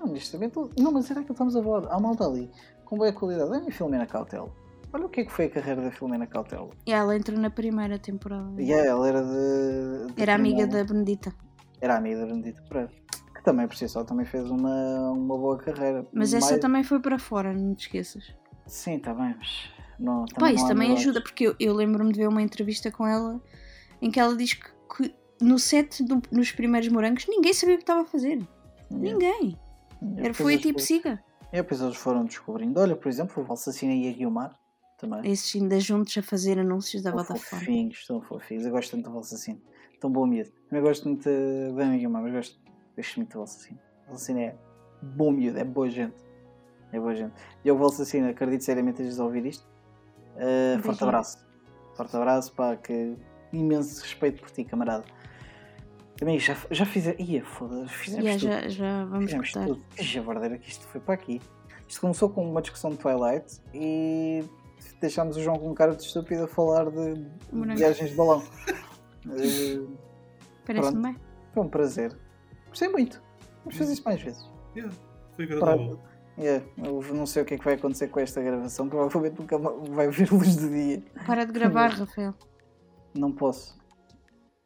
Speaker 1: Honestamente, não, mas será que estamos a falar? Há malta ali, com boa qualidade. Olha a Filomena Cautelo. Olha o que é que foi a carreira da Filomena Cautelo.
Speaker 2: E ela entrou na primeira temporada.
Speaker 1: E é ela era de. de
Speaker 2: Era amiga
Speaker 1: Fernanda-
Speaker 2: da Benedita.
Speaker 1: Era amiga da Benedita Pereira. Que também, por si só, também fez uma, uma boa carreira.
Speaker 2: Mas essa
Speaker 1: Mais-
Speaker 2: também foi para fora, não te esqueças.
Speaker 1: Sim, também. Mas não, também
Speaker 2: Pá,
Speaker 1: não
Speaker 2: isso
Speaker 1: há
Speaker 2: também
Speaker 1: milagres.
Speaker 2: ajuda, porque eu, eu lembro-me de ver uma entrevista com ela em que ela diz que, que no set, do- nos primeiros morangos, ninguém sabia o que estava a fazer. Ninguém.
Speaker 1: Yeah,
Speaker 2: Era,
Speaker 1: depois
Speaker 2: foi
Speaker 1: eles
Speaker 2: tipo
Speaker 1: foram-
Speaker 2: siga.
Speaker 1: E depois eles foram descobrindo. Olha, por exemplo, o Valsacina e a Guiomar também.
Speaker 2: Esses ainda juntos a fazer anúncios da
Speaker 1: Tão
Speaker 2: Vodafone.
Speaker 1: fofinhos, tão fofinhos. Eu gosto tanto do Valsacino. Tão bom miúdo. Eu gosto muito eh, da minha irmã, mas gosto, gosto muito do Valsacino. O Valsacino é bom miúdo, é boa gente. É boa gente. E o Valsacino, acredito seriamente a ouvir isto. Eh,
Speaker 2: Um
Speaker 1: forte
Speaker 2: beijinho.
Speaker 1: abraço. Forte abraço, pá, que imenso respeito por ti, camarada. Também já, já fizer. Ia, foda-se, fizemos
Speaker 2: Yeah,
Speaker 1: tudo.
Speaker 2: já, já vamos
Speaker 1: Fizemos
Speaker 2: cortar.
Speaker 1: tudo. Que javardeira é que isto foi para aqui. Isto começou com uma discussão de Twilight e deixámos o João com cara de estúpido a falar de
Speaker 2: Morangos.
Speaker 1: viagens de balão. Eh,
Speaker 2: Parece-me bem.
Speaker 1: foi um prazer. Gostei muito. Vamos fazer isto mais vezes.
Speaker 3: Yeah, Foi agradável.
Speaker 1: É, eu não sei o que é que vai acontecer com esta gravação. Provavelmente nunca ma- vai vir luz do dia.
Speaker 2: Para de gravar, Rafael.
Speaker 1: Não posso.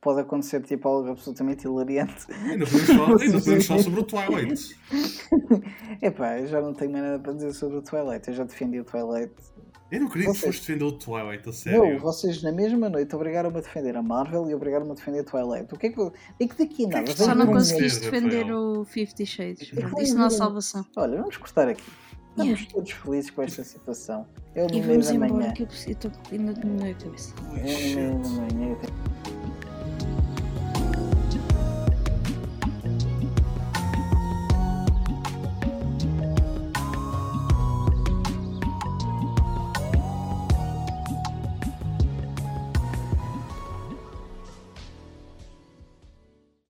Speaker 1: Pode acontecer tipo algo absolutamente hilariante.
Speaker 3: Ainda podemos falar, ainda podemos falar sobre o Twilight.
Speaker 1: Epá, eu já não tenho mais nada para dizer sobre o Twilight. Eu já defendi o Twilight
Speaker 3: Eu não queria que
Speaker 1: Vocês-
Speaker 3: fosse defender o Twilight, a
Speaker 1: Meu,
Speaker 3: sério.
Speaker 1: vocês na mesma noite obrigaram-me a defender a Marvel e obrigaram-me a defender a Twilight. O que é que, eu- é que daqui a nada?
Speaker 3: que
Speaker 2: Só
Speaker 1: vamos-
Speaker 2: não
Speaker 3: vamos ver,
Speaker 2: conseguiste defender
Speaker 3: Rafael.
Speaker 2: o Fifty Shades.
Speaker 3: Não
Speaker 2: Pronto, Isso não há
Speaker 1: vamos ver.
Speaker 2: salvação.
Speaker 1: Olha, vamos cortar aqui. Estamos
Speaker 2: Yeah.
Speaker 1: todos felizes com esta situação. É o
Speaker 2: E
Speaker 1: meio
Speaker 2: vamos
Speaker 1: da manhã.
Speaker 2: embora, que eu preciso. Eu estou ainda de cabeça.
Speaker 1: É o meio da manhã.